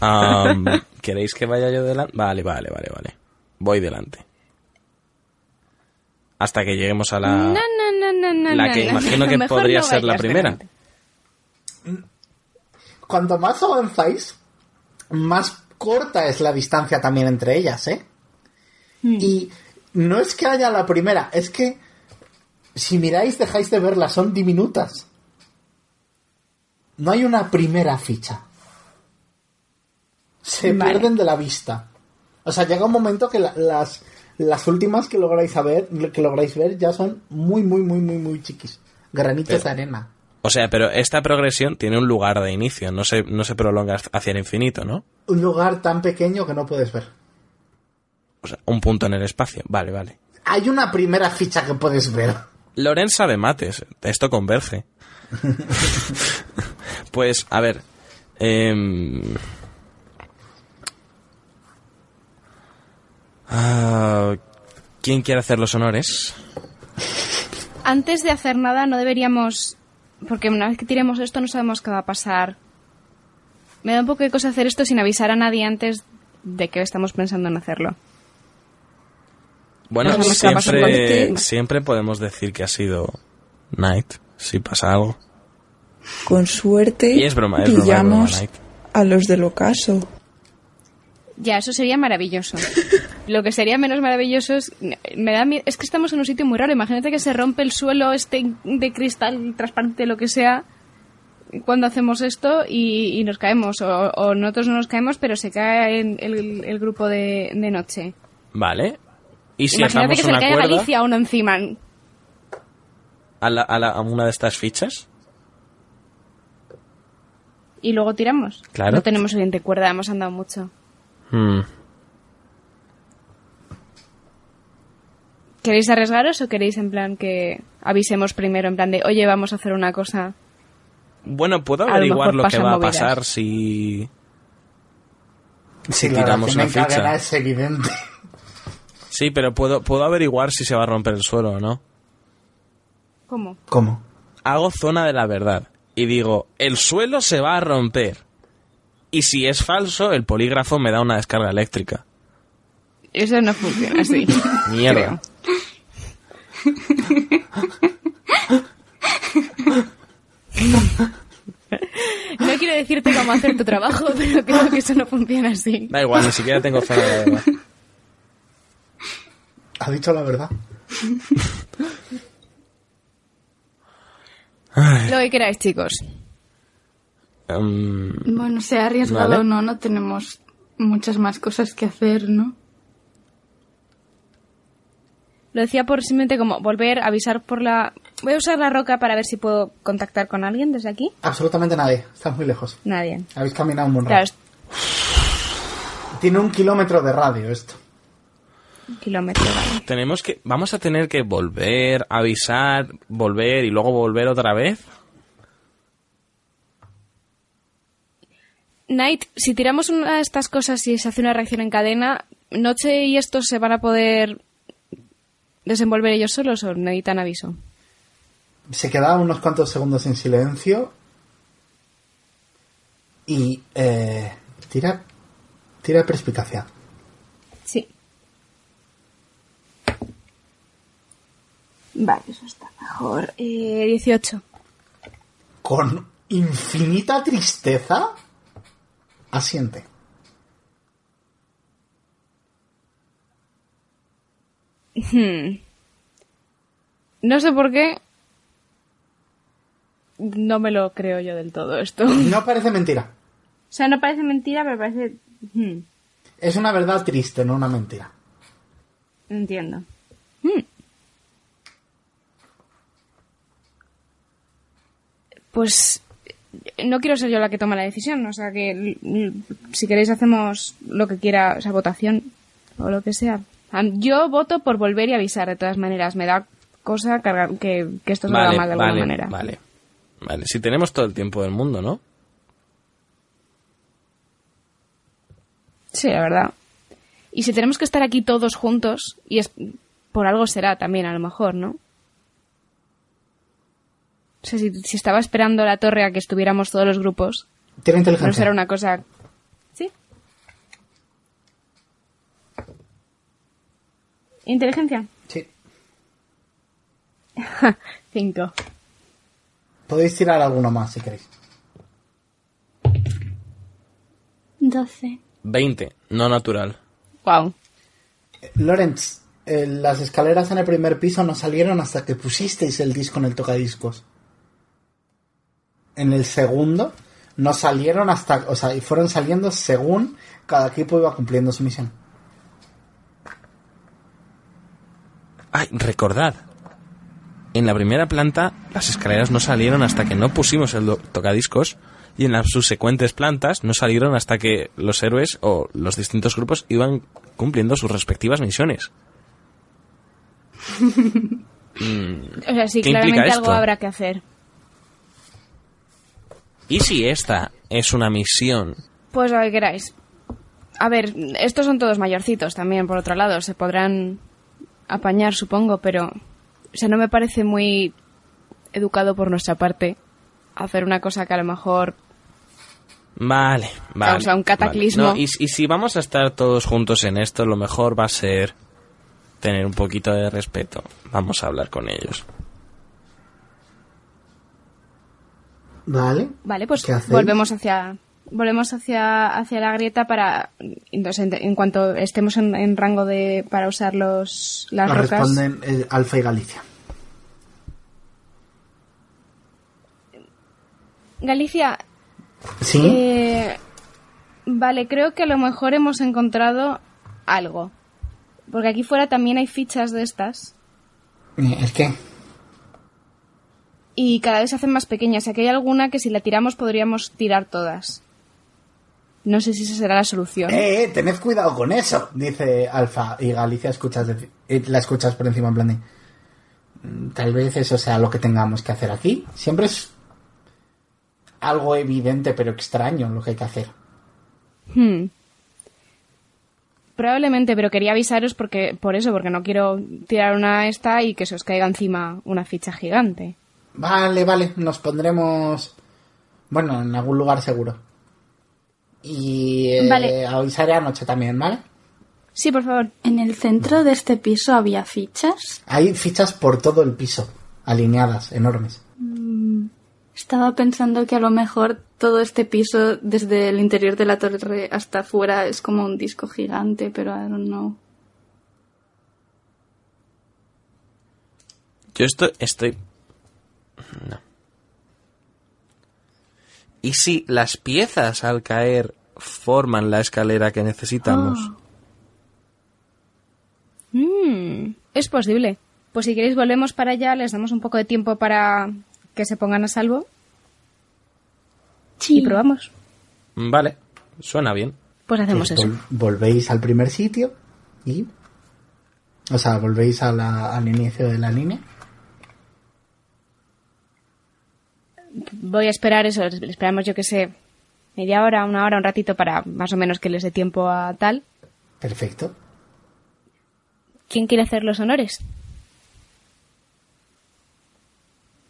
C: Am, Um, ¿Queréis que vaya yo delante? Vale, vale, vale, vale. Voy delante. Hasta que lleguemos a la...
D: No, no, no, no, no.
C: Ah. La
D: no,
C: que
D: no.
C: imagino que
D: Mejor
C: podría
D: no
C: ser la
D: vayas
C: primera.
D: delante.
B: cuanto más avanzáis, más corta es la distancia también entre ellas, ¿eh? Y no es que haya la primera, es que si miráis dejáis de verlas, son diminutas. No hay una primera ficha. Se
E: Vale.
B: pierden de la vista. O sea, llega un momento que la- las, las últimas que lográis ver, que lográis ver ya son muy, muy, muy, muy, muy chiquis. Granitos de arena.
C: O sea, pero esta progresión tiene un lugar de inicio, no se, no se prolonga hacia el infinito, ¿no?
B: Un lugar tan pequeño que no puedes ver.
C: O sea, un punto en el espacio. Vale, vale.
B: Hay una primera ficha que puedes ver.
C: Lorenza de mates, esto converge. pues, a ver. em, ah, ¿Quién quiere hacer los honores?
D: Antes de hacer nada no deberíamos... Porque una vez que tiremos esto no sabemos qué va a pasar. Me da un poco de cosa hacer esto sin avisar a nadie antes de que estamos pensando en hacerlo.
C: Bueno,
D: Nos vamos a pasar
C: siempre,
D: bastante.
C: siempre podemos decir que ha sido Knight, si pasa algo.
F: Con suerte
C: Y es broma, es broma, es broma,
F: pillamos
C: Nike.
F: a los del ocaso.
D: Ya, eso sería maravilloso. Lo que sería menos maravilloso es... Me da mie- es que estamos en un sitio muy raro. Imagínate que se rompe el suelo este de cristal transparente, lo que sea, cuando hacemos esto y, y nos caemos. O, o nosotros no nos caemos, pero se cae en el, el grupo de, de noche.
C: Vale. Y si
D: Imagínate
C: atamos
D: que se le
C: una
D: cae a
C: cuerda
D: Galicia a uno encima.
C: a la- a la- a una de estas fichas.
D: Y luego tiramos.
C: Claro.
D: No tenemos siguiente cuerda, hemos andado mucho.
C: Hmm.
D: ¿Queréis arriesgaros o queréis en plan que avisemos primero, en plan de, oye, vamos a hacer una cosa?
C: Bueno, puedo
D: A lo
C: averiguar
D: mejor
C: lo, que
D: pasan
C: va a
D: movidas.
C: pasar si. Si
B: la
C: tiramos
B: relación
C: una ficha.
B: encargada es evidente.
C: Sí, pero puedo, puedo averiguar si se va a romper el suelo o no.
D: ¿Cómo?
B: ¿Cómo?
C: Hago zona de la verdad y digo, el suelo se va a romper. Y si es falso, el polígrafo me da una descarga eléctrica.
D: Eso no funciona así.
C: Mierda.
D: No quiero decirte cómo hacer tu trabajo, pero creo que eso no funciona así.
C: Da igual, ni siquiera tengo zona de la verdad.
B: Ha dicho la verdad.
D: Lo que queráis, chicos.
C: Em,
E: Bueno, sea arriesgado
C: Vale.
E: o no, no tenemos muchas más cosas que hacer, ¿no?
D: Lo decía por simplemente como volver, avisar por la... Voy a usar la roca para ver si puedo contactar con alguien desde aquí.
B: Absolutamente nadie. Estás muy lejos.
D: Nadie.
B: Habéis caminado un buen
D: Claro,
B: rato. Tiene un kilómetro de radio esto.
D: kilómetro. vale.
C: Tenemos que, vamos a tener que volver, avisar, volver y luego volver otra vez.
D: Night, si tiramos una de estas cosas y se hace una reacción en cadena, Noche y estos se van a poder desenvolver ellos solos o necesitan aviso.
B: se queda unos cuantos segundos en silencio y eh, tira tira perspicacia
D: Sí. Vale, eso está mejor. Eh, 18.
B: con infinita tristeza asiente
D: No sé por qué. No me lo creo yo del todo esto. O
B: no parece mentira
D: sea, no parece mentira, pero parece. Hmm,
B: es una verdad triste no una mentira
D: entiendo. Mm. Pues eh, no quiero ser yo la que toma la decisión, o sea que l- l- si queréis hacemos lo que quiera, o sea, votación o lo que sea. Am- Yo voto por volver y avisar de todas maneras, me da cosa cargar- que, que esto salga mal de alguna
C: vale,
D: manera.
C: vale. Vale, si tenemos todo el tiempo del mundo, ¿no?
D: Sí, la verdad. Y si tenemos que estar aquí todos juntos, y es por algo será también, a lo mejor, ¿no? O sea, si, si estaba esperando la torre a que estuviéramos todos los grupos,
B: tiene
D: no
B: inteligencia
D: será una cosa... ¿Sí? ¿Inteligencia?
B: sí
D: Cinco.
B: podéis tirar alguno más si queréis
E: 12.
C: 20, no natural.
D: Wow.
B: Eh, Lorenz eh, las escaleras en el primer piso no salieron hasta que pusisteis el disco en el tocadiscos. En el segundo no salieron hasta, o sea, y fueron saliendo según cada equipo iba cumpliendo su misión.
C: Ay, recordad. En la primera planta las escaleras no salieron hasta que no pusimos el do- tocadiscos y en las subsecuentes plantas no salieron hasta que los héroes o los distintos grupos iban cumpliendo sus respectivas misiones.
D: O sea, sí,
C: ¿Qué implica
D: claramente algo
C: esto?
D: habrá que hacer.
C: ¿Y si esta es una misión?
D: Pues lo que queráis. A ver, estos son todos mayorcitos también, por otro lado. Se podrán apañar, supongo, pero... O sea, no me parece muy educado por nuestra parte hacer una cosa que a lo mejor...
C: Vale, vale.
D: Causa un cataclismo.
C: vale. No, y, y si vamos a estar todos juntos en esto, lo mejor va a ser tener un poquito de respeto. Vamos a hablar con ellos.
B: Vale.
D: Vale, pues
B: ¿Qué hacéis?
D: volvemos hacia... Volvemos hacia, hacia la grieta para... Entonces, en, en cuanto estemos en, en rango de... para usar los, las
B: Lo
D: rocas...
B: responden eh, Alfa y Galicia.
D: Galicia,
B: Sí.
D: Eh, vale, creo que a lo mejor hemos encontrado algo. Porque aquí fuera también hay fichas de estas.
B: Eh, ¿El qué?
D: Y cada vez se hacen más pequeñas. Y aquí hay alguna que si la tiramos podríamos tirar todas. No sé si esa será la solución.
B: Eh, eh, tened cuidado con eso, dice Alfa y Galicia escuchas de- eh, la escuchas por encima en plan de, "Mm, tal vez eso sea lo que tengamos que hacer aquí. Siempre es algo evidente pero extraño lo que hay que hacer.
D: Hmm. Probablemente, pero quería avisaros porque por eso, porque no quiero tirar una esta y que se os caiga encima una ficha gigante.
B: Vale, vale, nos pondremos bueno, en algún lugar seguro. Y eh,
D: Vale.
B: avisaré anoche también, ¿vale?
D: Sí, por favor.
E: En el centro de este piso había fichas.
B: Hay fichas por todo el piso, alineadas, enormes.
E: Estaba pensando que a lo mejor todo este piso, desde el interior de la torre hasta afuera, es como un disco gigante, pero I don't know.
C: Yo estoy. estoy... No. ¿Y si las piezas al caer forman la escalera que necesitamos?
D: Ah. Mm, es posible. Pues si queréis volvemos para allá, les damos un poco de tiempo para que se pongan a salvo
E: Sí.
D: y probamos.
C: Vale, suena bien.
D: Pues hacemos
B: Pues
D: eso.
B: vol- volvéis al primer sitio y O sea, volvéis a la- al inicio de la línea.
D: Voy a esperar eso, esperamos yo que sé, media hora, una hora, un ratito para más o menos que les dé tiempo a tal.
B: Perfecto.
D: ¿Quién quiere hacer los honores?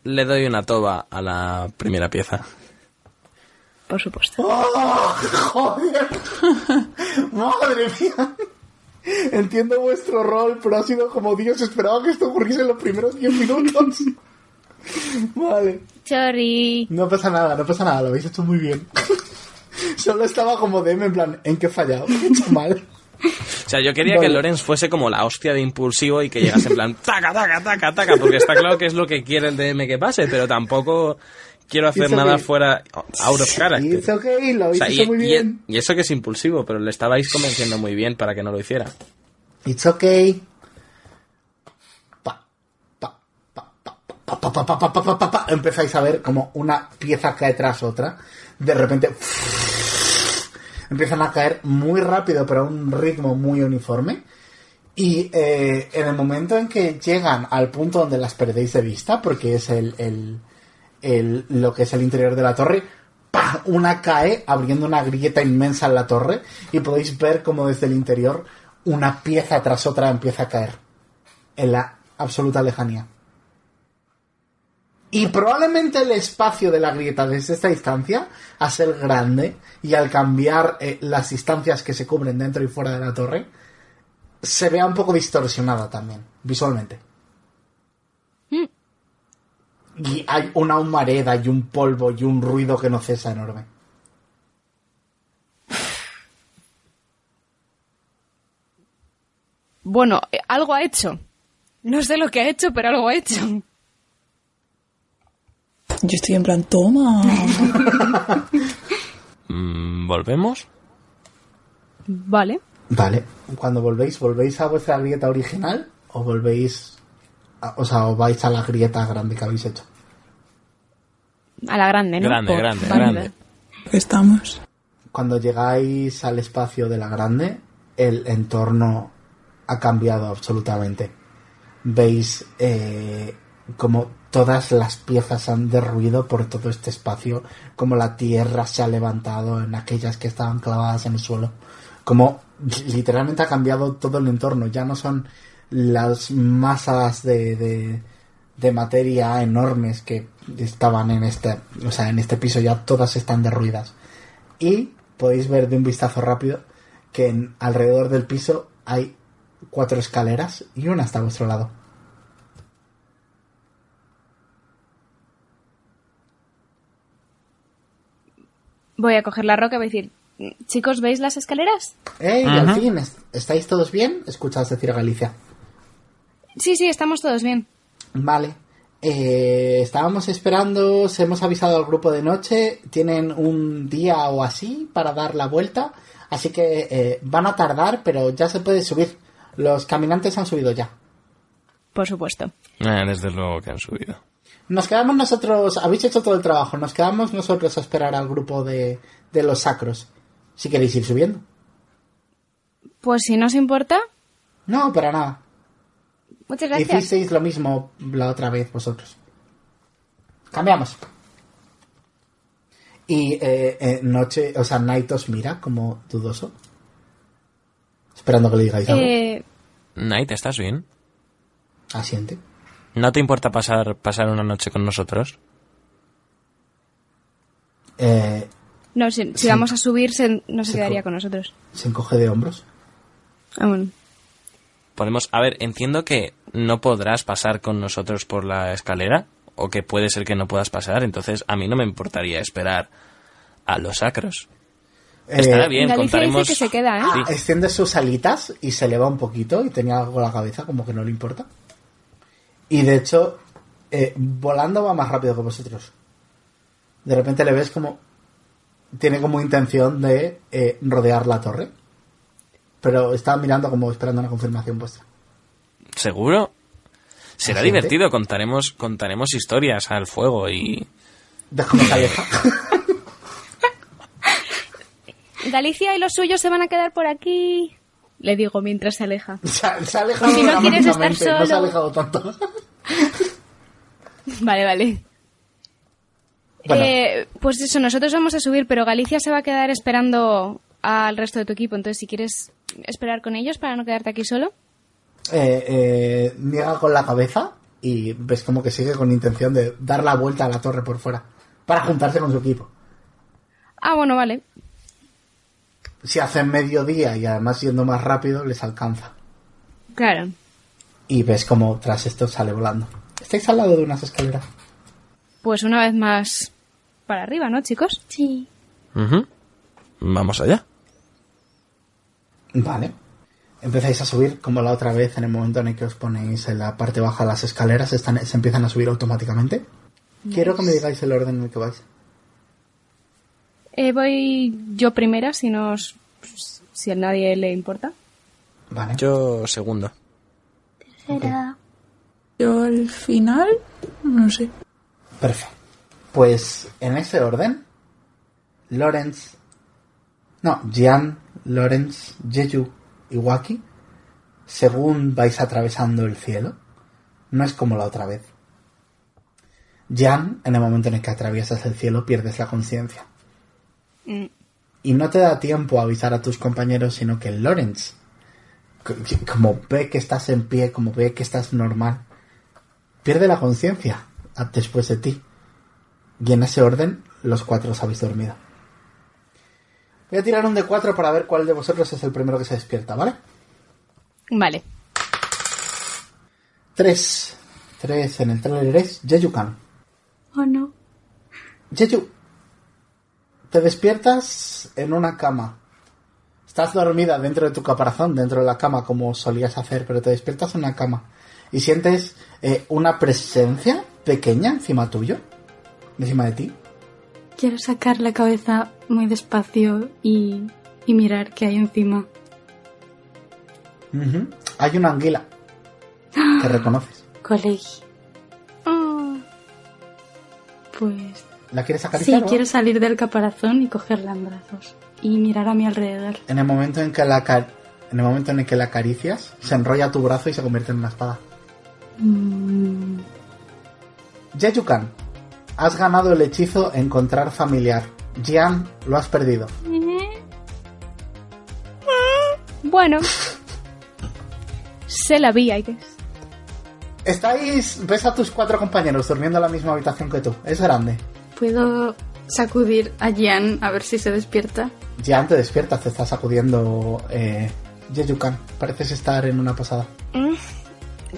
C: Le doy una toba a la primera pieza.
D: Por supuesto.
C: ¡Ah,
B: ¡Oh, joder! ¡Madre mía! Entiendo vuestro rol, pero ha sido como Dios esperaba que esto ocurriese en los primeros 10 minutos. Vale.
D: Sorry.
B: No pasa nada, no pasa nada, lo habéis hecho muy bien. Solo estaba como DM en plan, ¿en qué he fallado? ¿Qué he hecho mal?
C: O sea, yo quería
B: Vale.
C: que Lorenz fuese como la hostia de impulsivo y que llegase en plan taca, taca, taca, taca, porque está claro que es lo que quiere el DM que pase, pero tampoco quiero hacer
B: Hizo
C: nada
B: bien.
C: fuera out of
B: Y
C: character.
B: it's okay, lo
C: O
B: habéis
C: sea,
B: hecho
C: y,
B: muy
C: y-
B: bien.
C: y eso que es impulsivo, pero le estabais convenciendo muy bien para que no lo hiciera.
B: It's okay. Pa, pa, pa, pa, pa, pa, pa, pa, pa, pa, pa, pa, pa. Empezáis a ver como una pieza cae tras otra. De repente empiezan a caer muy rápido, pero a un ritmo muy uniforme. Y eh, en el momento en que llegan al punto donde las perdéis de vista, porque es el, el- el- lo que es el interior de la torre, ¡pam! una cae abriendo una grieta inmensa en la torre y podéis ver como desde el interior una pieza tras otra empieza a caer en la absoluta lejanía. Y probablemente el espacio de la grieta desde esta distancia, a ser grande, y al cambiar eh, las distancias que se cubren dentro y fuera de la torre, se vea un poco distorsionada también, visualmente. Y hay una humareda y un polvo y un ruido que no cesa enorme.
D: Bueno, eh, algo ha hecho. No sé lo que ha hecho, pero algo ha hecho.
F: Yo estoy en plan, toma.
C: Mm, ¿Volvemos?
D: Vale.
B: Vale. Cuando volvéis, ¿volvéis a vuestra grieta original o volvéis... a- o sea, o vais a la grieta grande que habéis hecho?
D: A la grande, ¿no?
C: Grande,
D: Por-
C: grande,
D: Vale.
C: grande.
F: Estamos.
B: Cuando llegáis al espacio de la grande, el entorno ha cambiado absolutamente. Veis eh, como todas las piezas se han derruido por todo este espacio, como la tierra se ha levantado en aquellas que estaban clavadas en el suelo, como literalmente ha cambiado todo el entorno. Ya no son las masas de, de- de materia enormes que estaban en este, o sea, en este piso, ya todas están derruidas. Y podéis ver de un vistazo rápido que en, alrededor del piso hay cuatro escaleras y una está a vuestro lado.
D: Voy a coger la roca y voy a decir, "Mm, chicos, ¿veis las escaleras?
B: ¡Ey! Al fin, est- ¿estáis todos bien? Escuchaos decir a Galicia.
D: Sí, sí, estamos todos bien.
B: Vale. Eh, estábamos esperando, os hemos avisado al grupo de noche, tienen un día o así para dar la vuelta, así que eh, van a tardar, pero ya se puede subir. Los caminantes han subido ya.
D: Por supuesto.
C: Ah, desde luego que han subido.
B: Nos quedamos nosotros, habéis hecho todo el trabajo, nos quedamos nosotros a esperar al grupo de, de los sacros. Si queréis ir subiendo.
D: Pues si no os importa,
B: No, para nada. Eh,
D: muchas gracias.
B: Hicisteis lo mismo la otra vez vosotros. Cambiamos. Y eh, eh, noche, o sea, Night os mira como dudoso. Esperando que le digáis algo.
D: Eh,
C: Night, ¿estás bien?
B: Asiente.
C: ¿No te importa pasar, pasar una noche con nosotros?
B: Eh,
D: no, si, si
B: Sí.
D: vamos a subir, se- no se
B: Se
D: quedaría
B: co-
D: con nosotros.
B: se encoge de hombros.
D: Ah, bueno.
C: Podemos... A ver, entiendo que no podrás pasar con nosotros por la escalera, o que puede ser que no puedas pasar, entonces a mí no me importaría esperar a los sacros.
B: Eh,
C: Estará bien,
D: Galicia
C: contaremos...
D: dice que se queda, ¿eh?
C: Sí.
B: extiende sus alitas y se eleva un poquito y tenía algo en la cabeza, como que no le importa. Y de hecho, eh, volando va más rápido que vosotros. De repente le ves como... Tiene como intención de eh, rodear la torre. Pero está mirando como esperando una confirmación vuestra.
C: ¿Seguro? Será
B: Asiente.
C: divertido, contaremos, contaremos historias al fuego y...
B: Déjame esa vieja.
D: Galicia y los suyos se van a quedar por aquí. le digo mientras se aleja.
B: Se, ha- se ha alejado
D: Si no quieres estar
B: dramáticamente, No se ha
D: solo.
B: alejado tanto.
D: Vale, vale.
B: Bueno.
D: Eh, pues eso, nosotros vamos a subir, pero Galicia se va a quedar esperando al resto de tu equipo. Entonces, si quieres esperar con ellos para no quedarte aquí solo.
B: Eh, eh, niega con la cabeza y ves como que sigue con intención de dar la vuelta a la torre por fuera para juntarse con su equipo.
D: Ah, bueno, vale.
B: Si hacen mediodía y además yendo más rápido, les alcanza.
D: Claro.
B: Y ves como tras esto sale volando. Estáis al lado de unas escaleras.
D: Pues una vez más para arriba, ¿no, chicos? Sí.
C: Ujú. Vamos allá.
B: Vale. Empezáis a subir como la otra vez en el momento en el que os ponéis en la parte baja de las escaleras, están, se empiezan a subir automáticamente. Quiero que me digáis el orden en el que vais.
D: Eh, voy yo primera, si no os- si a nadie le importa.
B: Vale.
C: Yo segundo.
F: Yo al final, no sé.
B: Perfecto. Pues en ese orden, Lawrence, no, Gian, Lawrence, Jeju y Waki, según vais atravesando el cielo, no es como la otra vez. Jan, en el momento en el que atraviesas el cielo, pierdes la conciencia. Y no te da tiempo a avisar a tus compañeros, sino que Lawrence, c- como ve que estás en pie, como ve que estás normal, pierde la conciencia a- después de ti. Y en ese orden, los cuatro os habéis dormido. Voy a tirar un de cuatro para ver cuál de vosotros es el primero que se despierta, ¿vale?
D: Vale.
B: Tres. Tres en el trailer es Jeju-kan.
E: Oh, no.
B: Jeju, te despiertas en una cama. Estás dormida dentro de tu caparazón, dentro de la cama, como solías hacer, pero te despiertas en una cama. Y sientes eh, una presencia pequeña encima tuyo, encima de ti.
E: Quiero sacar la cabeza muy despacio y, y mirar qué hay encima.
B: Ujú. Hay una anguila que reconoces.
E: Colegio.
D: Oh,
E: Pues
B: ¿La quieres
E: sí,
B: acariciar? o no?
E: quiero salir del caparazón y cogerla en brazos y mirar a mi alrededor.
B: En el momento en que la acar- en el momento en el que la acaricias, se enrolla tu brazo y se convierte en una espada.
E: Mm,
B: Jejukan, has ganado el hechizo encontrar familiar. Jian, lo has perdido.
D: bueno. Se la vi, hay que.
B: Estáis, ves a tus cuatro compañeros durmiendo en la misma habitación que tú. Es grande.
E: Puedo sacudir a Jan a ver si se despierta.
B: Jian te despiertas, te estás sacudiendo. Eh, Jejukan, pareces estar en una posada.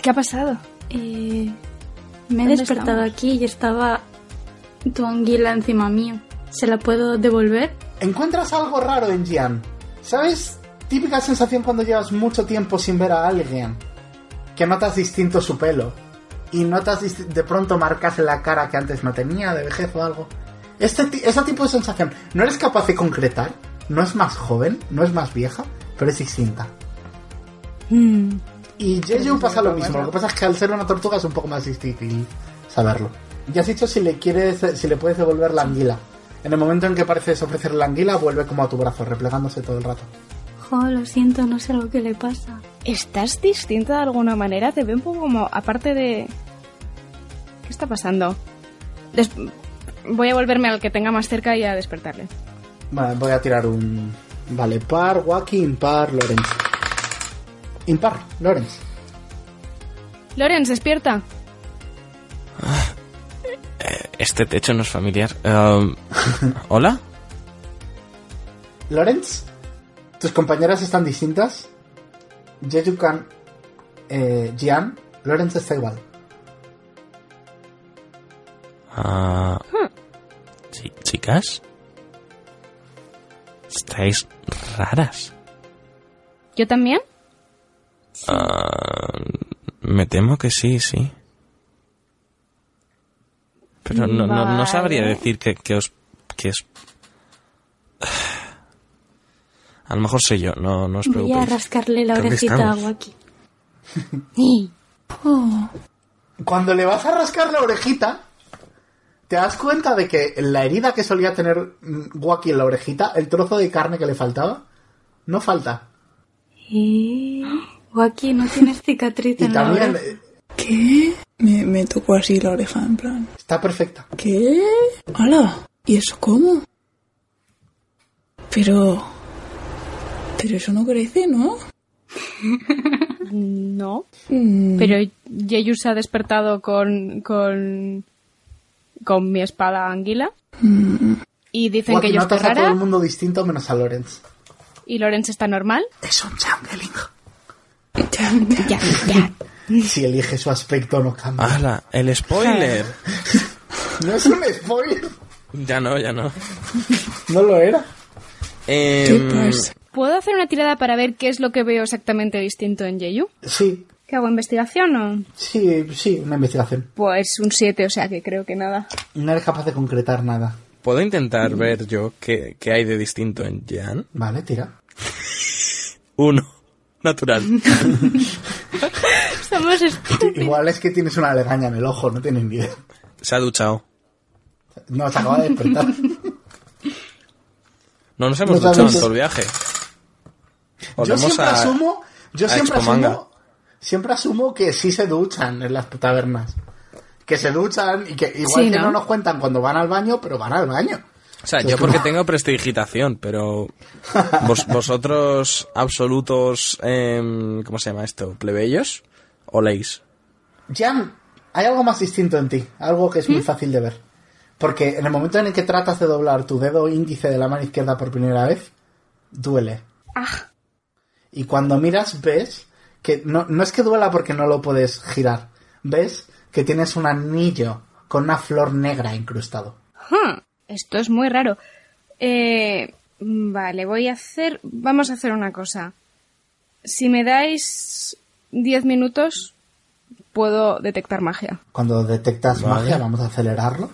D: ¿Qué ha pasado?
E: Eh, me he
D: ¿Dónde
E: despertado
D: estamos?
E: aquí y estaba tu anguila encima mío. ¿Se la puedo devolver?
B: Encuentras algo raro en Gian. ¿Sabes? Típica sensación cuando llevas mucho tiempo sin ver a alguien. Que notas distinto su pelo. Y notas dist- de pronto marcas en la cara que antes no tenía, de vejez o algo. Este, ti- ese tipo de sensación no eres capaz de concretar. No es más joven, no es más vieja, pero es distinta. Y Jeju pasa lo mismo. Lo que pasa es que al ser una tortuga es un poco más difícil saberlo. Ya has dicho si le quieres, si le puedes devolver la anguila. En el momento en que pareces ofrecer la anguila, vuelve como a tu brazo, replegándose todo el rato.
E: Jo, lo siento, no sé lo que le pasa.
D: ¿Estás distinta de alguna manera? Te veo un poco como, aparte de... ¿Qué está pasando? Des- Voy a volverme al que tenga más cerca y a despertarle.
B: Vale, voy a tirar un. Vale, par, Waki, impar, Lorenz. Impar, Lorenz.
D: Lorenz, despierta.
C: Este techo no es familiar. Um, ¿Hola?
B: Lorenz, tus compañeras están distintas. Jejukan, eh, Jian, Lorenz está igual.
C: Ah, chi- chicas. Estáis raras.
D: ¿Yo también?
C: Me temo que sí, sí. Pero no, no, no sabría
D: Vale.
C: decir que, que os... Que os... A lo mejor soy yo, no, no os
E: Voy a
C: preocupéis.
E: rascarle la
C: ¿Dónde
E: orejita a
C: estamos?
E: Waki.
B: Cuando le vas a rascar la orejita, te das cuenta de que la herida que solía tener mm, Waki en la orejita, el trozo de carne que le faltaba, no falta.
E: ¿Qué? Eh, Joaquín, no tienes cicatriz
B: Y
E: en la
B: también
E: oreja.
B: eh,
F: ¿Qué? Me, me tocó así la oreja, en plan.
B: está perfecta.
F: ¿Qué? ¡Hala! ¿Y eso cómo? Pero. Pero eso no crece, ¿no?
D: No.
F: Mm,
D: Pero Yeyu se ha despertado con, con, con mi espada anguila. Mm. Y dicen
B: Joaquín,
D: que yo estoy
B: notas a todo
D: rara
B: el mundo distinto menos a Lorenz.
D: y Lorenz está normal.
B: Es un changeling.
F: ya, ya.
D: Ya, ya.
B: Si elige su aspecto no cambia.
C: ¡Hala! ¡El spoiler!
B: No es un spoiler.
C: ya no, ya no.
B: No lo era.
F: ¿Qué
C: Em,
F: pasa?
D: ¿Puedo hacer una tirada para ver qué es lo que veo exactamente distinto en Yeyu?
B: Sí,
D: ¿Qué hago? ¿Investigación o...?
B: sí, sí, una investigación.
D: Pues un 7, o sea que creo que nada.
B: No eres capaz de concretar nada.
C: ¿Puedo intentar ver yo qué, qué hay de distinto en Jan?
B: Vale, tira.
C: Uno. Natural.
D: Estamos estúpidos.
B: Igual es que tienes una legaña en el ojo, no tienes ni idea.
C: Se ha duchado.
B: No, se acaba de despertar.
C: No nos hemos
B: Nos ha
C: duchado en
B: duchado.
C: todo el viaje.
B: yo
C: Volvemos
B: siempre
C: a-
B: asumo, yo
C: a
B: siempre
C: Expomanga.
B: asumo, siempre asumo que sí se duchan en las tabernas. Que se duchan y que igual
D: Sí,
B: que
D: ¿no?
B: ¿no? nos cuentan cuando van al baño, pero van al baño.
C: O sea, yo porque tengo prestigitación, pero vos- vosotros absolutos, em, ¿cómo se llama esto? ¿Plebeyos? ¿O leis?
B: Jan, hay algo más distinto en ti, algo que es
D: ¿Mm?
B: muy fácil de ver. Porque en el momento en el que tratas de doblar tu dedo índice de la mano izquierda por primera vez, duele.
D: Ah,
B: Y cuando miras, ves que no, no es que duela porque no lo puedes girar. Ves que tienes un anillo con una flor negra incrustado.
D: huh, Esto es muy raro. Eh, vale, voy a hacer... Vamos a hacer una cosa. Si me dais 10 minutos, puedo detectar magia.
B: Cuando detectas
C: Vale.
B: magia, vamos a acelerarlo.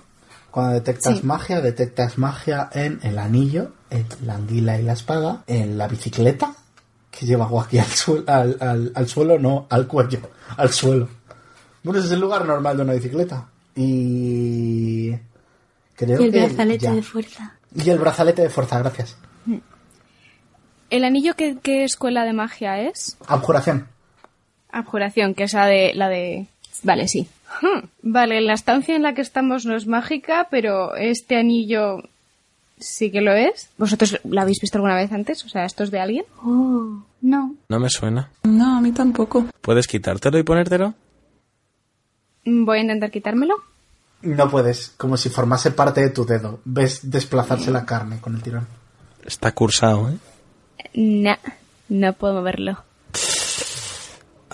B: Cuando detectas
D: Sí.
B: magia, detectas magia en el anillo, en la anguila y la espada, en la bicicleta que lleva Joaquín al, suel- al, al- al suelo, no, al cuello, al suelo. Bueno, ese es el lugar normal de una bicicleta. Y. Creo
E: Y el
B: que
E: brazalete
B: ya.
E: de fuerza.
B: Y el brazalete de fuerza, gracias.
D: ¿El anillo qué, qué escuela de magia es?
B: Abjuración.
D: Abjuración, que es la de... La de... Vale, sí. Hmm, Vale, la estancia en la que estamos no es mágica, pero este anillo sí que lo es. ¿Vosotros lo habéis visto alguna vez antes? O sea, ¿esto es de alguien?
E: Oh, no.
C: No me suena.
F: No, a mí tampoco.
C: ¿Puedes quitártelo y ponértelo?
D: Mm, Voy a intentar quitármelo.
B: No puedes, como si formase parte de tu dedo. Ves desplazarse la carne con el tirón.
C: Está cursado, ¿eh?
D: No, no puedo moverlo.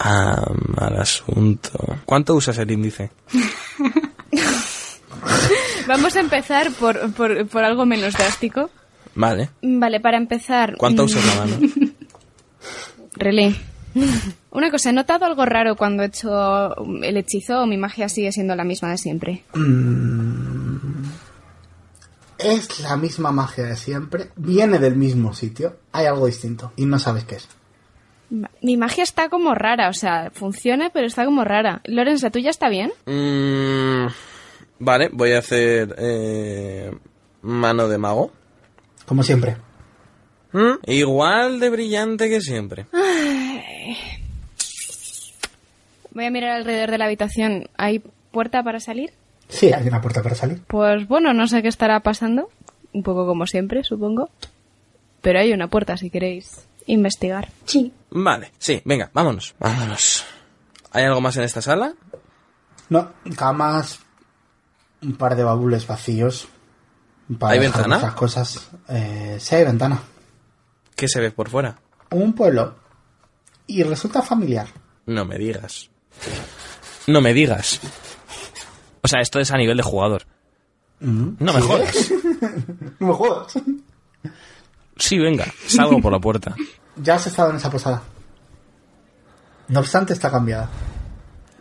C: Ah, mal asunto. ¿Cuánto usas el índice?
D: Vamos a empezar por, por, por algo menos drástico.
C: Vale.
D: Mm, Vale, para empezar...
C: ¿Cuánto
D: mm,
C: usas la mano?
D: Relé. Una cosa, he notado algo raro cuando he hecho um, el hechizo o mi magia sigue siendo la misma de siempre.
B: Es la misma magia de siempre, viene del mismo sitio, hay algo distinto y no sabes qué es.
D: Va- Mi magia está como rara, o sea, funciona, pero está como rara. Lorenz, ¿la tuya está bien?
C: Mm, vale, voy a hacer eh, mano de mago.
B: Como siempre.
C: ¿Mm? Igual de brillante que siempre.
D: Voy a mirar alrededor de la habitación. ¿Hay puerta para salir?
B: Sí, hay una puerta para salir.
D: Pues bueno, no sé qué estará pasando. Un poco como siempre, supongo. Pero hay una puerta si queréis investigar.
E: Sí.
C: Vale, sí, venga, vámonos. Vámonos. ¿Hay algo más en esta sala?
B: No, camas, un par de babules vacíos. para
C: ¿Hay
B: dejar
C: ventana?
B: nuestras cosas. Eh, sí, hay ventana.
C: ¿Qué se ve por fuera?
B: Un pueblo. Y resulta familiar.
C: No me digas. No me digas. O sea, esto es a nivel de jugador.
B: Mm.
C: No me jodas.
B: No me jodas.
C: Sí, venga, salgo por la puerta.
B: Ya has estado en esa posada. No obstante, está cambiada.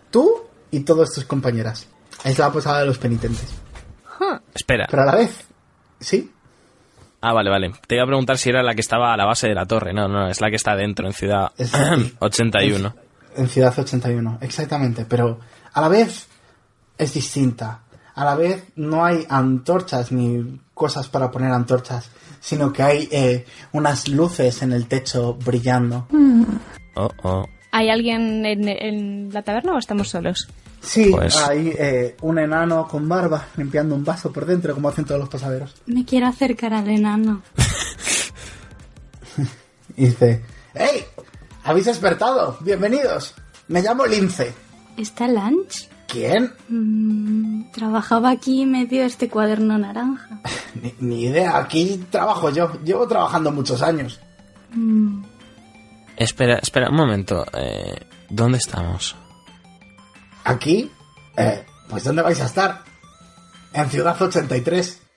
B: Tú y todas tus compañeras. Es la posada de los penitentes.
C: Espera.
B: Pero a la vez, ¿sí?
C: Ah, vale, vale. Te iba a preguntar si era la que estaba a la base de la torre. No, no, es la que está dentro, en ciudad
B: Es-
C: 81.
B: En Ciudad 81, exactamente. Pero a la vez es distinta. A la vez no hay antorchas ni cosas para poner antorchas, sino que hay eh, unas luces en el techo brillando.
C: Oh, oh.
D: ¿Hay alguien en, en la taberna o estamos solos?
B: Sí,
C: Pues-
B: hay eh, un enano con barba limpiando un vaso por dentro, como hacen todos los pasaderos.
E: Me quiero acercar al enano.
B: Y dice, ¡Hey! ¿Habéis despertado? Bienvenidos. Me llamo Lince.
E: ¿Está Lunch?
B: ¿Quién?
E: Mm, trabajaba aquí y me dio este cuaderno naranja.
B: Ni, ni idea. Aquí trabajo yo. Llevo trabajando muchos años.
E: Mm,
C: Espera, espera, un momento. eh, ¿Dónde estamos?
B: ¿Aquí? Eh, pues ¿dónde vais a estar? En Ciudad 83.